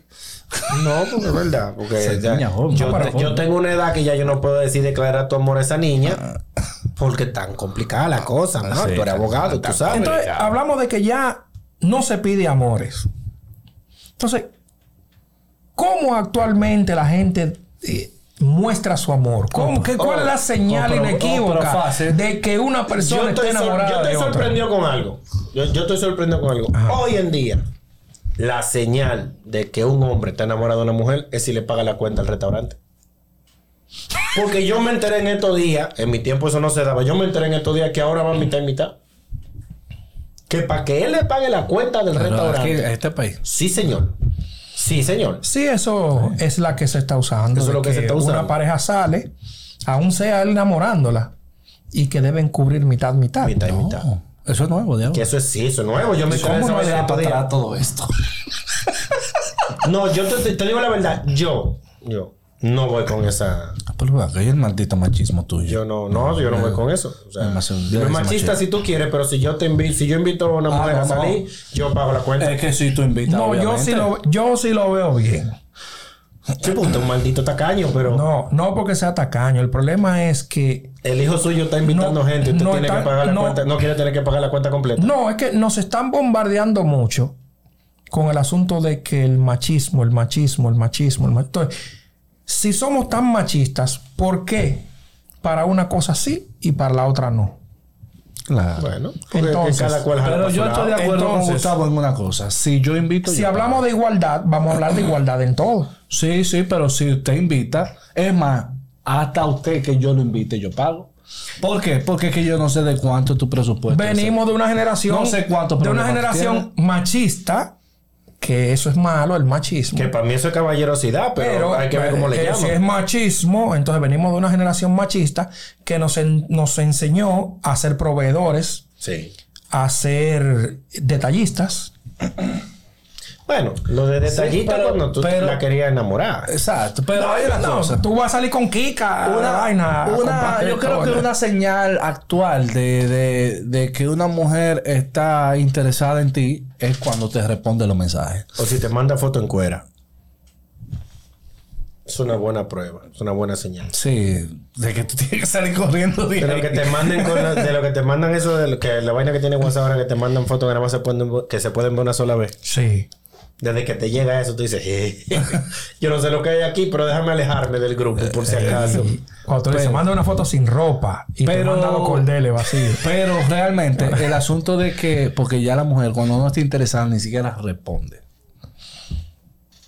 Speaker 1: No, porque es verdad. Porque ya-
Speaker 2: niña joven,
Speaker 1: yo,
Speaker 2: no,
Speaker 1: te-
Speaker 2: pero
Speaker 1: yo
Speaker 2: joven.
Speaker 1: tengo una edad que ya yo no puedo decir declarar tu amor a esa niña
Speaker 3: Ah.
Speaker 1: porque tan complicada la cosa, ¿no?
Speaker 2: sí,
Speaker 1: tú eres
Speaker 2: tan-
Speaker 1: abogado, tú sabes.
Speaker 3: Entonces hablamos de que ya no se pide amores. Entonces, ¿cómo actualmente la gente eh, muestra su amor? ¿Cómo, qué- ¿Cuál
Speaker 1: Oh,
Speaker 3: es la señal
Speaker 2: Compro- compro
Speaker 3: inequívoca
Speaker 2: fácil.
Speaker 3: de que una
Speaker 1: yo
Speaker 3: persona está
Speaker 1: estoy, sor-
Speaker 3: enamorada
Speaker 1: yo estoy
Speaker 3: de otra?
Speaker 1: sorprendido con algo. Yo, yo estoy sorprendido con algo. Hoy en día, la señal de que un hombre está enamorado de una mujer es si le paga la cuenta al restaurante. Porque yo me enteré en estos días, en mi tiempo eso no se daba, yo me enteré en estos días que ahora va mitad y mitad. Que para que él le pague la cuenta del
Speaker 2: Pero aquí,
Speaker 1: restaurante.
Speaker 2: en este país.
Speaker 1: Sí, señor. Sí, señor.
Speaker 3: Sí, eso es la que se está usando.
Speaker 1: Eso es
Speaker 3: de
Speaker 1: lo que se está usando.
Speaker 3: Una pareja sale, aún sea él enamorándola, y que deben cubrir mitad, mitad.
Speaker 1: Mitad y
Speaker 3: No.
Speaker 1: mitad.
Speaker 2: Eso es nuevo, Diablo.
Speaker 1: Que eso es sí, eso es nuevo. Yo me enteré de
Speaker 2: ¿Cómo
Speaker 1: esa
Speaker 2: no le
Speaker 1: vaina en
Speaker 2: da
Speaker 1: estos
Speaker 2: para
Speaker 1: días.
Speaker 2: atrás todo esto?
Speaker 1: No, yo te, te digo la verdad. Yo, yo no voy con esa.
Speaker 2: Ah, Pero vea, que hay el maldito machismo tuyo.
Speaker 1: Yo no, no, yo no voy con eso. O sea,
Speaker 2: Demasiado-
Speaker 1: dime
Speaker 2: demasiado
Speaker 1: machista
Speaker 2: machista.
Speaker 1: si tú quieres, pero si yo te invito, si yo invito a una
Speaker 2: Ah,
Speaker 1: mujer a
Speaker 2: no, Eh, no.
Speaker 1: salir, yo pago la cuenta.
Speaker 2: Es que si tú invitas.
Speaker 3: No, yo
Speaker 2: obviamente.
Speaker 3: sí, lo, yo sí lo veo bien.
Speaker 1: Sí, pues, usted es un maldito tacaño, pero
Speaker 3: No, no porque sea tacaño. El problema es que.
Speaker 1: el hijo suyo está invitando
Speaker 3: No,
Speaker 1: gente, usted
Speaker 3: no
Speaker 1: tiene
Speaker 3: está-
Speaker 1: que pagar la
Speaker 3: no.
Speaker 1: cuenta, no quiere tener que pagar la cuenta completa.
Speaker 3: No, es que nos están bombardeando mucho con el asunto de que el machismo, el machismo, el machismo, el machismo. Entonces, si somos tan machistas, ¿por qué para una cosa sí y para la otra no?
Speaker 2: Claro.
Speaker 1: Bueno, porque
Speaker 3: Entonces,
Speaker 1: cada cual jala
Speaker 2: Pero
Speaker 1: pa' su
Speaker 2: yo
Speaker 1: lado.
Speaker 2: estoy de acuerdo
Speaker 3: Entonces-
Speaker 2: con Gustavo en una cosa. Si yo invito.
Speaker 3: Si hablamos de igualdad, vamos a hablar de igualdad en todo.
Speaker 2: Sí, sí, pero si usted invita, es más, hasta usted que yo lo invite, yo pago. ¿Por qué? Porque es que yo no sé de cuánto es tu presupuesto.
Speaker 3: Venimos de una generación.
Speaker 2: Pues No sé cuántos
Speaker 3: De una
Speaker 2: problemas
Speaker 3: generación machista, que eso es malo, el machismo.
Speaker 1: Que para mí eso es caballerosidad, pero, hay que ver cómo le
Speaker 3: eh,
Speaker 1: llaman.
Speaker 3: Si es machismo, entonces venimos de una generación machista que nos, en- nos enseñó a ser proveedores,
Speaker 1: Sí.
Speaker 3: a ser detallistas.
Speaker 1: Bueno, lo de detallito
Speaker 2: pero-
Speaker 1: cuando tú
Speaker 2: pero-
Speaker 1: la querías enamorar.
Speaker 2: Exacto, pero hay una
Speaker 3: No,
Speaker 2: cosa.
Speaker 3: tú vas a salir con Kika, una vaina.
Speaker 2: una-
Speaker 3: con pastel,
Speaker 2: yo creo
Speaker 3: todo,
Speaker 2: que
Speaker 3: ¿no?
Speaker 2: una señal actual de, de- de que una mujer está interesada en ti es cuando te responde los mensajes.
Speaker 1: O si te manda foto en cuera. Es una buena prueba, es una buena señal.
Speaker 2: Sí, de que tú tienes que salir corriendo. de
Speaker 1: De lo
Speaker 2: ahí.
Speaker 1: que te manden con la- de lo que te mandan eso de lo que la vaina que tiene WhatsApp ahora que te mandan fotos que nada más se pueden ver- que se pueden ver una sola vez.
Speaker 3: Sí.
Speaker 1: Desde que te llega eso, tú dices, "Eh". yo no sé lo que hay aquí, pero déjame alejarme del grupo por si acaso.
Speaker 3: Cuando tú le dices, manda una foto sin ropa y te
Speaker 2: Pero-
Speaker 3: manda los cordeles vacíos.
Speaker 2: Pero realmente el asunto de que, porque ya la mujer cuando no está interesada ni siquiera responde.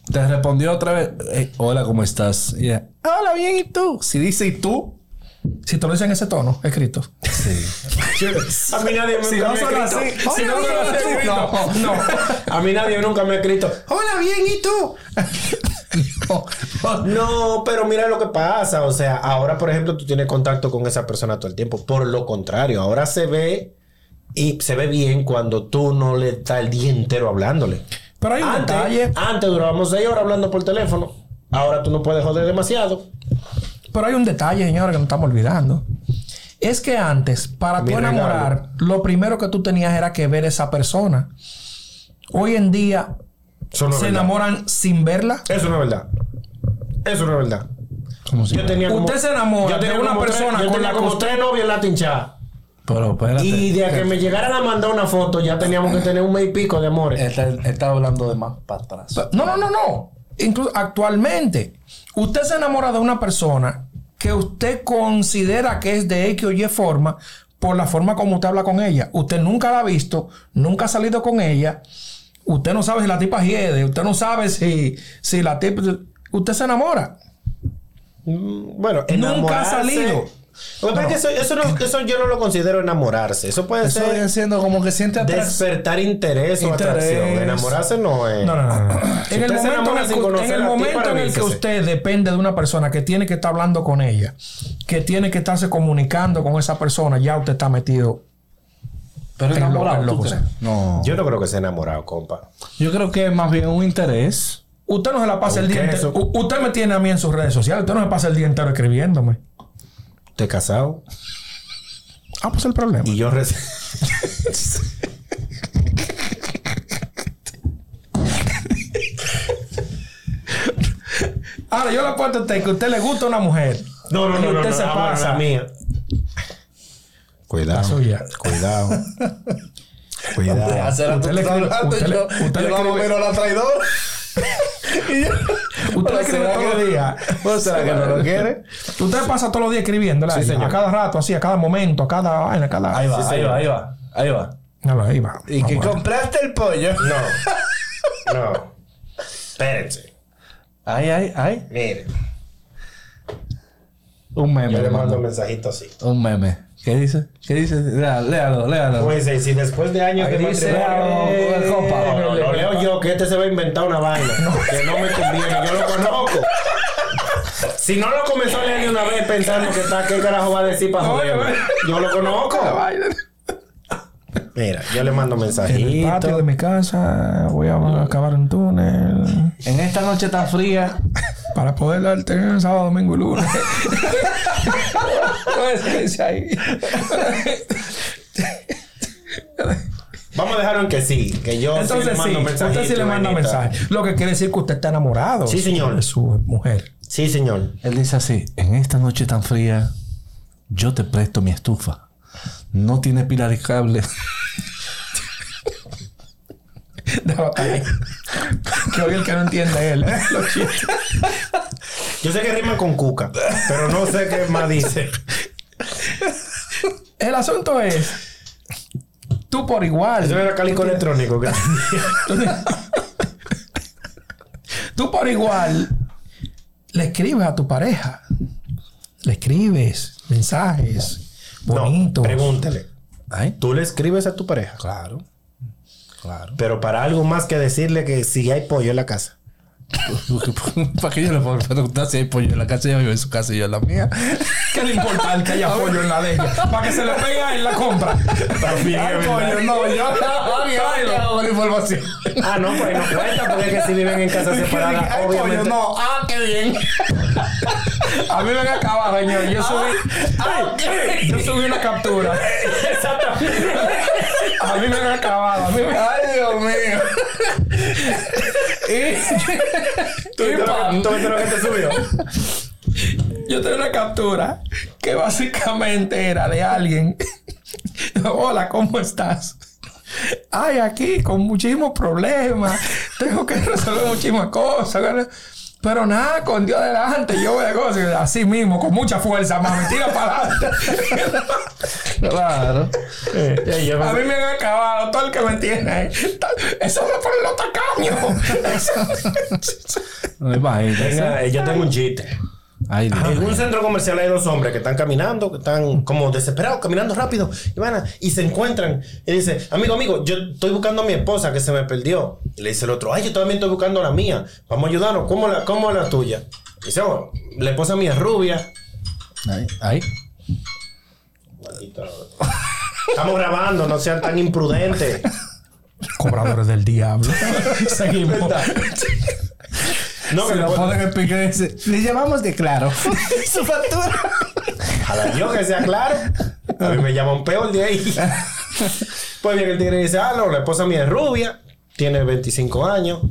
Speaker 2: Te respondió otra vez, "Hey, hola, ¿cómo estás? Y ella, hola, bien, ¿y tú? Si dice, ¿y tú?
Speaker 3: Si te lo dicen en ese tono, escrito.
Speaker 1: A mí nadie
Speaker 3: Si no son así, si no son así, no, no.
Speaker 1: A mí nadie nunca me ha escrito. Hola, bien, ¿y tú?
Speaker 2: No, no,
Speaker 1: No, pero mira lo que pasa. O sea, ahora, por ejemplo, tú tienes contacto con esa persona todo el tiempo. Por lo contrario, ahora se ve y se ve bien cuando tú no le estás el día entero hablándole.
Speaker 3: Pero hay un
Speaker 1: antes,
Speaker 3: detalle.
Speaker 1: Antes durábamos seis horas hablando por teléfono. Ahora tú no puedes joder demasiado.
Speaker 3: Pero hay un detalle, señora, que no estamos olvidando. Es que antes, para
Speaker 1: Mi
Speaker 3: tú
Speaker 1: regalo.
Speaker 3: enamorar, lo primero que tú tenías era que ver esa persona. Hoy en día,
Speaker 1: Eso no es
Speaker 3: se
Speaker 1: verdad.
Speaker 3: enamoran sin verla.
Speaker 1: Eso no es verdad. Eso no es verdad.
Speaker 2: ¿Cómo se
Speaker 1: Yo
Speaker 2: llama?
Speaker 1: tenía como-
Speaker 3: Usted se enamora
Speaker 1: yo tenía
Speaker 3: de una
Speaker 1: como tres-
Speaker 3: persona
Speaker 1: yo
Speaker 3: con
Speaker 1: tenía
Speaker 3: la que
Speaker 1: como
Speaker 3: usted-
Speaker 1: tres novias en la tinchada.
Speaker 2: Pero espérate.
Speaker 1: Y de a que me llegaran a mandar una foto, ya teníamos que tener un mes y pico de amores.
Speaker 2: Él está- él estaba hablando de más para atrás.
Speaker 3: No, no, no, no. Incluso actualmente, usted se enamora de una persona que usted considera que es de X o Y forma por la forma como usted habla con ella. Usted nunca la ha visto, nunca ha salido con ella. Usted no sabe si la tipa hiede, usted no sabe si, si la tipa... Usted se enamora.
Speaker 1: Mm, Bueno,
Speaker 3: Nunca ha
Speaker 1: enamorarse-
Speaker 3: salido.
Speaker 1: Lo que pasa es que eso, eso no- eso yo no lo considero enamorarse. Eso puede
Speaker 2: Eso viene
Speaker 1: ser
Speaker 2: siendo como que siente atrás.
Speaker 1: despertar interés, o
Speaker 2: Interés.
Speaker 1: atracción. Enamorarse no es.
Speaker 3: No, no, no. no.
Speaker 1: Eh. Si
Speaker 3: en el
Speaker 1: usted se
Speaker 3: momento, en
Speaker 1: enamora
Speaker 3: el,
Speaker 1: sin
Speaker 3: que-
Speaker 1: conocer
Speaker 3: en el
Speaker 1: a la tipa,
Speaker 3: momento en el que
Speaker 1: revísese.
Speaker 3: usted depende de una persona que tiene que estar hablando con ella, que tiene que estarse comunicando con esa persona, ya usted está metido
Speaker 2: Pero
Speaker 3: Está loco,
Speaker 2: enamorado,
Speaker 3: loco,
Speaker 2: ¿tú
Speaker 3: sí.
Speaker 2: crees? No.
Speaker 1: Yo no creo que sea enamorado, compa.
Speaker 2: Yo creo que es más bien un interés.
Speaker 3: Usted no se la pasa el día
Speaker 1: Aunque
Speaker 3: entero.
Speaker 1: eso-
Speaker 3: U- Usted me tiene a mí en sus redes sociales. Usted no se pasa el día entero escribiéndome.
Speaker 1: Estoy casado
Speaker 3: Ah, pues el problema.
Speaker 1: y yo reci-
Speaker 3: Ahora, yo le apuesto a usted que a usted le gusta una mujer. Y usted se
Speaker 1: ah, bueno,
Speaker 3: pasa.
Speaker 1: la mía. Cuidado.
Speaker 3: La suya.
Speaker 1: Cuidado. Cuidado.
Speaker 3: Usted le escribe- usted le- usted le escribe-
Speaker 2: a la traidora. y yo,
Speaker 3: Usted le
Speaker 2: Pero
Speaker 3: escribe
Speaker 2: será
Speaker 3: todos los
Speaker 2: que-
Speaker 3: días.
Speaker 2: ¿O será que no lo quiere?
Speaker 3: Usted pasa todos los días escribiéndole. a ella,
Speaker 1: señor.
Speaker 3: A cada rato, así, a cada momento, a cada vaina, a cada.
Speaker 2: Ahí va,
Speaker 1: Sí,
Speaker 2: ahí
Speaker 1: señor.
Speaker 2: va, ahí va, ahí va.
Speaker 3: A ver, ahí va.
Speaker 2: Y
Speaker 3: Ah,
Speaker 2: que
Speaker 3: bueno.
Speaker 2: compraste el pollo.
Speaker 1: No. No. Espérense.
Speaker 2: Ay, ay, ay.
Speaker 1: Miren.
Speaker 2: Un meme.
Speaker 1: Yo le
Speaker 2: hermano.
Speaker 1: mando un mensajito así.
Speaker 2: Un meme. ¿Qué dice? ¿Qué dice? Lea- Léalo, léalo.
Speaker 1: Pues eh, si después de años de
Speaker 2: Ahí dice,
Speaker 1: matrimonio-
Speaker 2: eh, con el compa.
Speaker 1: No, no, no, leo yo que este se va a inventar una vaina que no me conviene, yo lo conozco. Si no lo comenzó a leer de una vez pensando que está, ¿qué carajo va a decir para
Speaker 3: No,
Speaker 1: joderme?
Speaker 3: no, no.
Speaker 1: Yo lo conozco. Mira, yo le mando
Speaker 3: En el patio
Speaker 1: mensajito.
Speaker 3: de mi casa voy a acabar un túnel
Speaker 2: En esta noche tan fría.
Speaker 3: para poder darte el sábado, domingo y lunes. No es que dice ahí.
Speaker 1: Vamos a dejarlo en que sí, que yo sí le
Speaker 3: Entonces sí,
Speaker 1: mando mensajito,
Speaker 3: usted sí le manda
Speaker 1: vainita.
Speaker 3: mensaje. Lo que quiere decir que usted está enamorado
Speaker 1: Sí,
Speaker 3: de su-
Speaker 1: señor.
Speaker 3: de su mujer.
Speaker 1: Sí, señor.
Speaker 2: Él dice así: En esta noche tan fría, yo te presto mi estufa. No tiene pila de cable.
Speaker 3: Déjalo hasta ahí. que hoy el que no entiende es él. Lo chiste.
Speaker 1: Yo sé que rima con cuca, pero no sé qué más dice.
Speaker 3: El asunto es, tú por igual.
Speaker 1: Eso era cálico electrónico. que-
Speaker 3: Tú por igual le escribes a tu pareja. Le escribes mensajes
Speaker 1: No,
Speaker 3: bonitos.
Speaker 1: pregúntale.
Speaker 2: Ay,
Speaker 1: Tú le escribes a tu pareja.
Speaker 2: claro. Claro.
Speaker 1: Pero para algo más que decirle que si hay pollo en la casa.
Speaker 2: ¿Para qué yo le puedo preguntar si hay pollo en la casa? Yo vivo en su casa y yo en la mía.
Speaker 3: ¿Qué le importa el que haya pollo en la de ella? Para que se le pegue en la compra.
Speaker 1: También
Speaker 2: Ay, pollo, no, yo
Speaker 3: Tráelo.
Speaker 2: hago la información.
Speaker 1: Ah, no, pues no cuenta, porque es que si viven en casa separada,
Speaker 2: Ay, pollo,
Speaker 1: obviamente.
Speaker 2: no. Ah, qué bien.
Speaker 3: A mí me han acabado, señor. Yo subí,
Speaker 2: Ah, ok.
Speaker 3: yo subí una captura.
Speaker 1: Exactamente.
Speaker 3: A mí me han acabado. A mí me...
Speaker 2: Ay, Dios mío.
Speaker 1: ¿Tú viste lo que- tú viste lo que te subió?
Speaker 3: Yo tengo una captura que básicamente era de alguien. Hola, ¿cómo estás? ay, aquí con muchísimos problemas, tengo que resolver muchísimas cosas. ¿verdad? Pero nada, con Dios delante, yo voy a cosas así mismo, con mucha fuerza, mami, tira para adelante.
Speaker 2: Claro.
Speaker 3: Eh, a mí me han acabado, todo el que me entiende. eh. Ta- Eso me pone los tacaños. Eso-
Speaker 2: No imagínate.
Speaker 1: Venga, eh, yo tengo un chiste.
Speaker 2: Ay, Dios.
Speaker 1: En un centro comercial hay dos hombres que están caminando, que están como desesperados, caminando rápido, y van a- y se encuentran. Y dice, amigo, amigo, yo estoy buscando a mi esposa que se me perdió. Y le dice el otro, ay, yo también estoy buscando a la mía. Vamos a ayudarnos. ¿Cómo la, cómo la tuya? Y dice, "Oh, la esposa mía es rubia.
Speaker 2: Ay, ay.
Speaker 1: Maldita- Estamos grabando, no sean tan imprudentes.
Speaker 3: Cobradores del diablo. Seguimos.
Speaker 1: No, que
Speaker 2: Se
Speaker 1: le
Speaker 2: lo
Speaker 1: puedo-
Speaker 2: ponen en pique y dice, le llamamos de claro. Su factura.
Speaker 1: Ojalá Dios que sea claro. A mí me llaman peor de ahí. Pues bien, el tigre dice, ah, no, la esposa mía es rubia, tiene 25 años,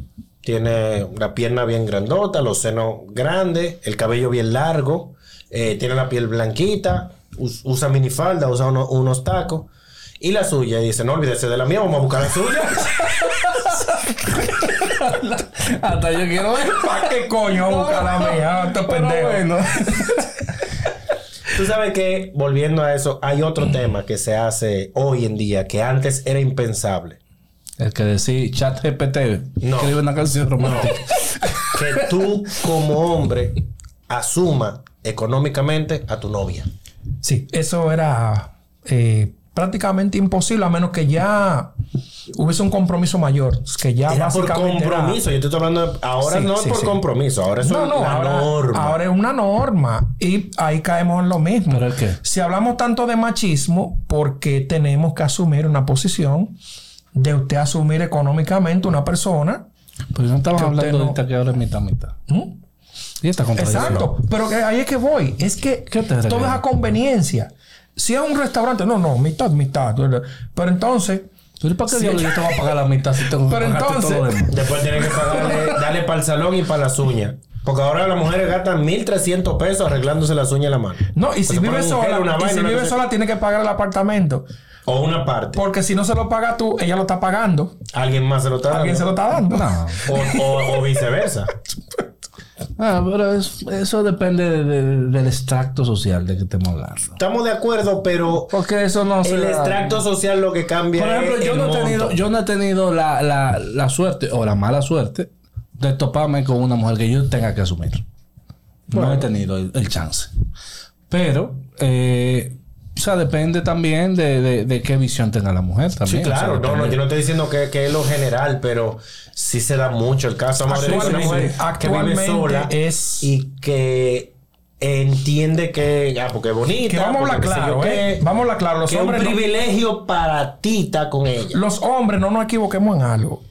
Speaker 1: tiene la pierna bien grandota, los senos grandes, el cabello bien largo, eh, tiene la piel blanquita, us- usa minifalda, usa uno- unos tacos. Y la suya, y dice, no olvídese de la mía, vamos a buscar la suya.
Speaker 2: Hasta yo quiero ver.
Speaker 3: ¿Para qué coño vamos a buscar la mía? Ah, Estos
Speaker 2: Pero
Speaker 3: pendejos.
Speaker 2: bueno.
Speaker 1: Tú sabes que, volviendo a eso, hay otro tema que se hace hoy en día que antes era impensable.
Speaker 2: El que decía chat GPT,
Speaker 1: No.
Speaker 2: escribe una canción romántica.
Speaker 1: que tú como hombre asuma económicamente a tu novia.
Speaker 3: Sí, eso era eh, prácticamente imposible a menos que ya hubiese un compromiso mayor. Que ya
Speaker 1: Era por
Speaker 3: Ah, básicamente era-
Speaker 1: compromiso. Yo te estoy hablando. de- ahora
Speaker 3: Sí,
Speaker 1: no
Speaker 3: sí,
Speaker 1: es por
Speaker 3: sí.
Speaker 1: compromiso. Ahora es
Speaker 3: No, no,
Speaker 1: una
Speaker 3: ahora,
Speaker 1: norma.
Speaker 3: ahora es una norma y ahí caemos en lo mismo.
Speaker 2: ¿Pero qué?
Speaker 3: Si hablamos tanto de machismo, ¿por qué tenemos que asumir una posición de usted asumir económicamente una persona?
Speaker 2: Porque no estamos
Speaker 3: Que usted
Speaker 2: hablando
Speaker 3: no-
Speaker 2: ahorita que ahora es mitad mitad.
Speaker 3: ¿Mm?
Speaker 2: Y esta contradicción.
Speaker 3: Exacto, pero que ahí es que voy. Es que
Speaker 2: ¿Qué te
Speaker 3: todo es
Speaker 2: refieres?
Speaker 3: a conveniencia. Si es un restaurante, no, no, mitad, mitad. Pero entonces,
Speaker 2: ¿Tú para qué
Speaker 3: Sí.
Speaker 2: diablos yo te voy a pagar la mitad si tengo que
Speaker 3: Pero
Speaker 2: pagarte todo lo
Speaker 3: entonces-
Speaker 2: demás?
Speaker 1: Después tienes que pagarle, darle para el salón y para las uñas. Porque ahora las mujeres gastan 1.300 pesos arreglándose las uñas en la mano.
Speaker 3: no, y si
Speaker 1: Porque
Speaker 3: vive
Speaker 1: ponen un
Speaker 3: sola,
Speaker 1: gel, una
Speaker 3: y
Speaker 1: vaina,
Speaker 3: si
Speaker 1: una
Speaker 3: vive
Speaker 1: cosa-
Speaker 3: sola, tiene que pagar el apartamento.
Speaker 1: O una parte.
Speaker 3: Porque si no se lo paga tú, ella lo está pagando.
Speaker 1: Alguien más se lo está dando.
Speaker 3: Alguien se lo está dando.
Speaker 2: No.
Speaker 1: O, o- o viceversa.
Speaker 2: Ah, pero es- eso depende de- de- del extracto social de que estemos hablando.
Speaker 1: Estamos de acuerdo, pero
Speaker 2: Porque eso no se
Speaker 1: el
Speaker 2: da.
Speaker 1: extracto social lo que cambia.
Speaker 2: Por ejemplo,
Speaker 1: es
Speaker 2: yo
Speaker 1: el
Speaker 2: no, he tenido,
Speaker 1: monto.
Speaker 2: yo no he tenido la, la, la suerte o la mala suerte de toparme con una mujer que yo tenga que asumir. no he tenido el, el chance. Pero, eh, o sea, depende también de, de- de qué visión tenga la mujer
Speaker 1: Sí,
Speaker 2: también.
Speaker 1: claro,
Speaker 2: O sea,
Speaker 1: no, no,
Speaker 2: depende.
Speaker 1: yo no estoy diciendo que, que es lo general, pero sí se da mucho el caso amor, de una
Speaker 3: Actualmente-
Speaker 1: mujer que vive
Speaker 3: actualmente
Speaker 1: sola
Speaker 3: es-
Speaker 1: y que entiende que, ah, porque es bonita,
Speaker 3: Que vamos a hablar
Speaker 1: porque qué sé yo
Speaker 3: claro, ¿eh?
Speaker 1: qué,
Speaker 3: Vamos a hablar claro. Los
Speaker 1: que es un
Speaker 3: hombres, no-
Speaker 1: privilegio para ti estar con ella.
Speaker 3: los hombres no nos equivoquemos en algo.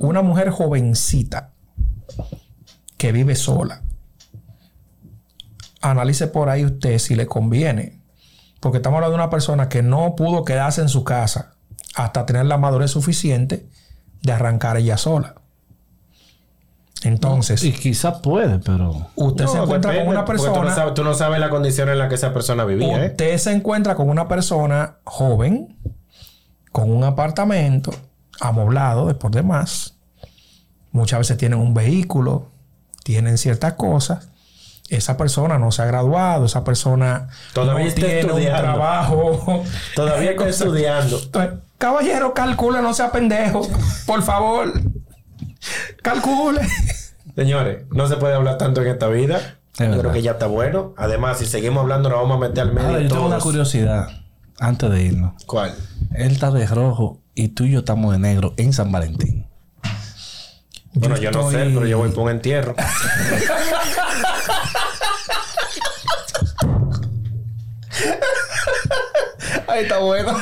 Speaker 3: Una mujer jovencita que vive sola. Analice por ahí usted si le conviene. Porque estamos hablando de una persona que no pudo quedarse en su casa hasta tener la madurez suficiente de arrancar ella sola. Entonces,
Speaker 2: Y quizás puede, pero.
Speaker 3: usted se
Speaker 1: No,
Speaker 3: encuentra
Speaker 1: depende,
Speaker 3: con una
Speaker 1: porque
Speaker 3: persona.
Speaker 1: Tú no, sabes, tú no sabes la condición en la que esa persona vivía, ¿eh?
Speaker 3: Usted se encuentra con una persona joven, con un apartamento, amoblado, después de más. Muchas veces tienen un vehículo, tienen ciertas cosas. Esa persona no se ha graduado, esa persona
Speaker 1: Todavía
Speaker 3: no
Speaker 1: está
Speaker 3: tiene un
Speaker 1: estudiando.
Speaker 3: trabajo.
Speaker 1: Todavía está
Speaker 3: Cosas-
Speaker 1: estudiando.
Speaker 3: Entonces, caballero, calcule, no sea pendejo, por favor. Calcule.
Speaker 1: Señores, no se puede hablar tanto en esta vida. Yo
Speaker 2: verdad.
Speaker 1: creo que ya está bueno. Además, si seguimos hablando, nos vamos a meter al medio.
Speaker 2: Ahora, ah, yo tengo una
Speaker 1: todos.
Speaker 2: curiosidad antes de irnos.
Speaker 1: ¿Cuál?
Speaker 2: Él está de rojo y tú y yo estamos de negro en San Valentín.
Speaker 1: Bueno, yo, no sé,
Speaker 3: estoy-
Speaker 1: pero yo voy por un entierro.
Speaker 2: Ahí está bueno.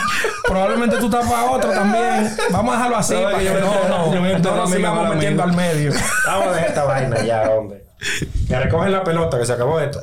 Speaker 3: Probablemente tú estás para otro también. Vamos a dejarlo así.
Speaker 1: No,
Speaker 3: para
Speaker 1: yo
Speaker 3: que
Speaker 1: voy a
Speaker 3: no,
Speaker 1: entrar-
Speaker 3: no,
Speaker 1: yo voy a entrar
Speaker 3: no nos
Speaker 1: también
Speaker 3: sigamos
Speaker 1: ahora
Speaker 3: metiendo al
Speaker 1: mismo.
Speaker 3: medio.
Speaker 1: Vamos a dejar esta vaina ya, hombre. Que recogen la pelota, que se acabó esto.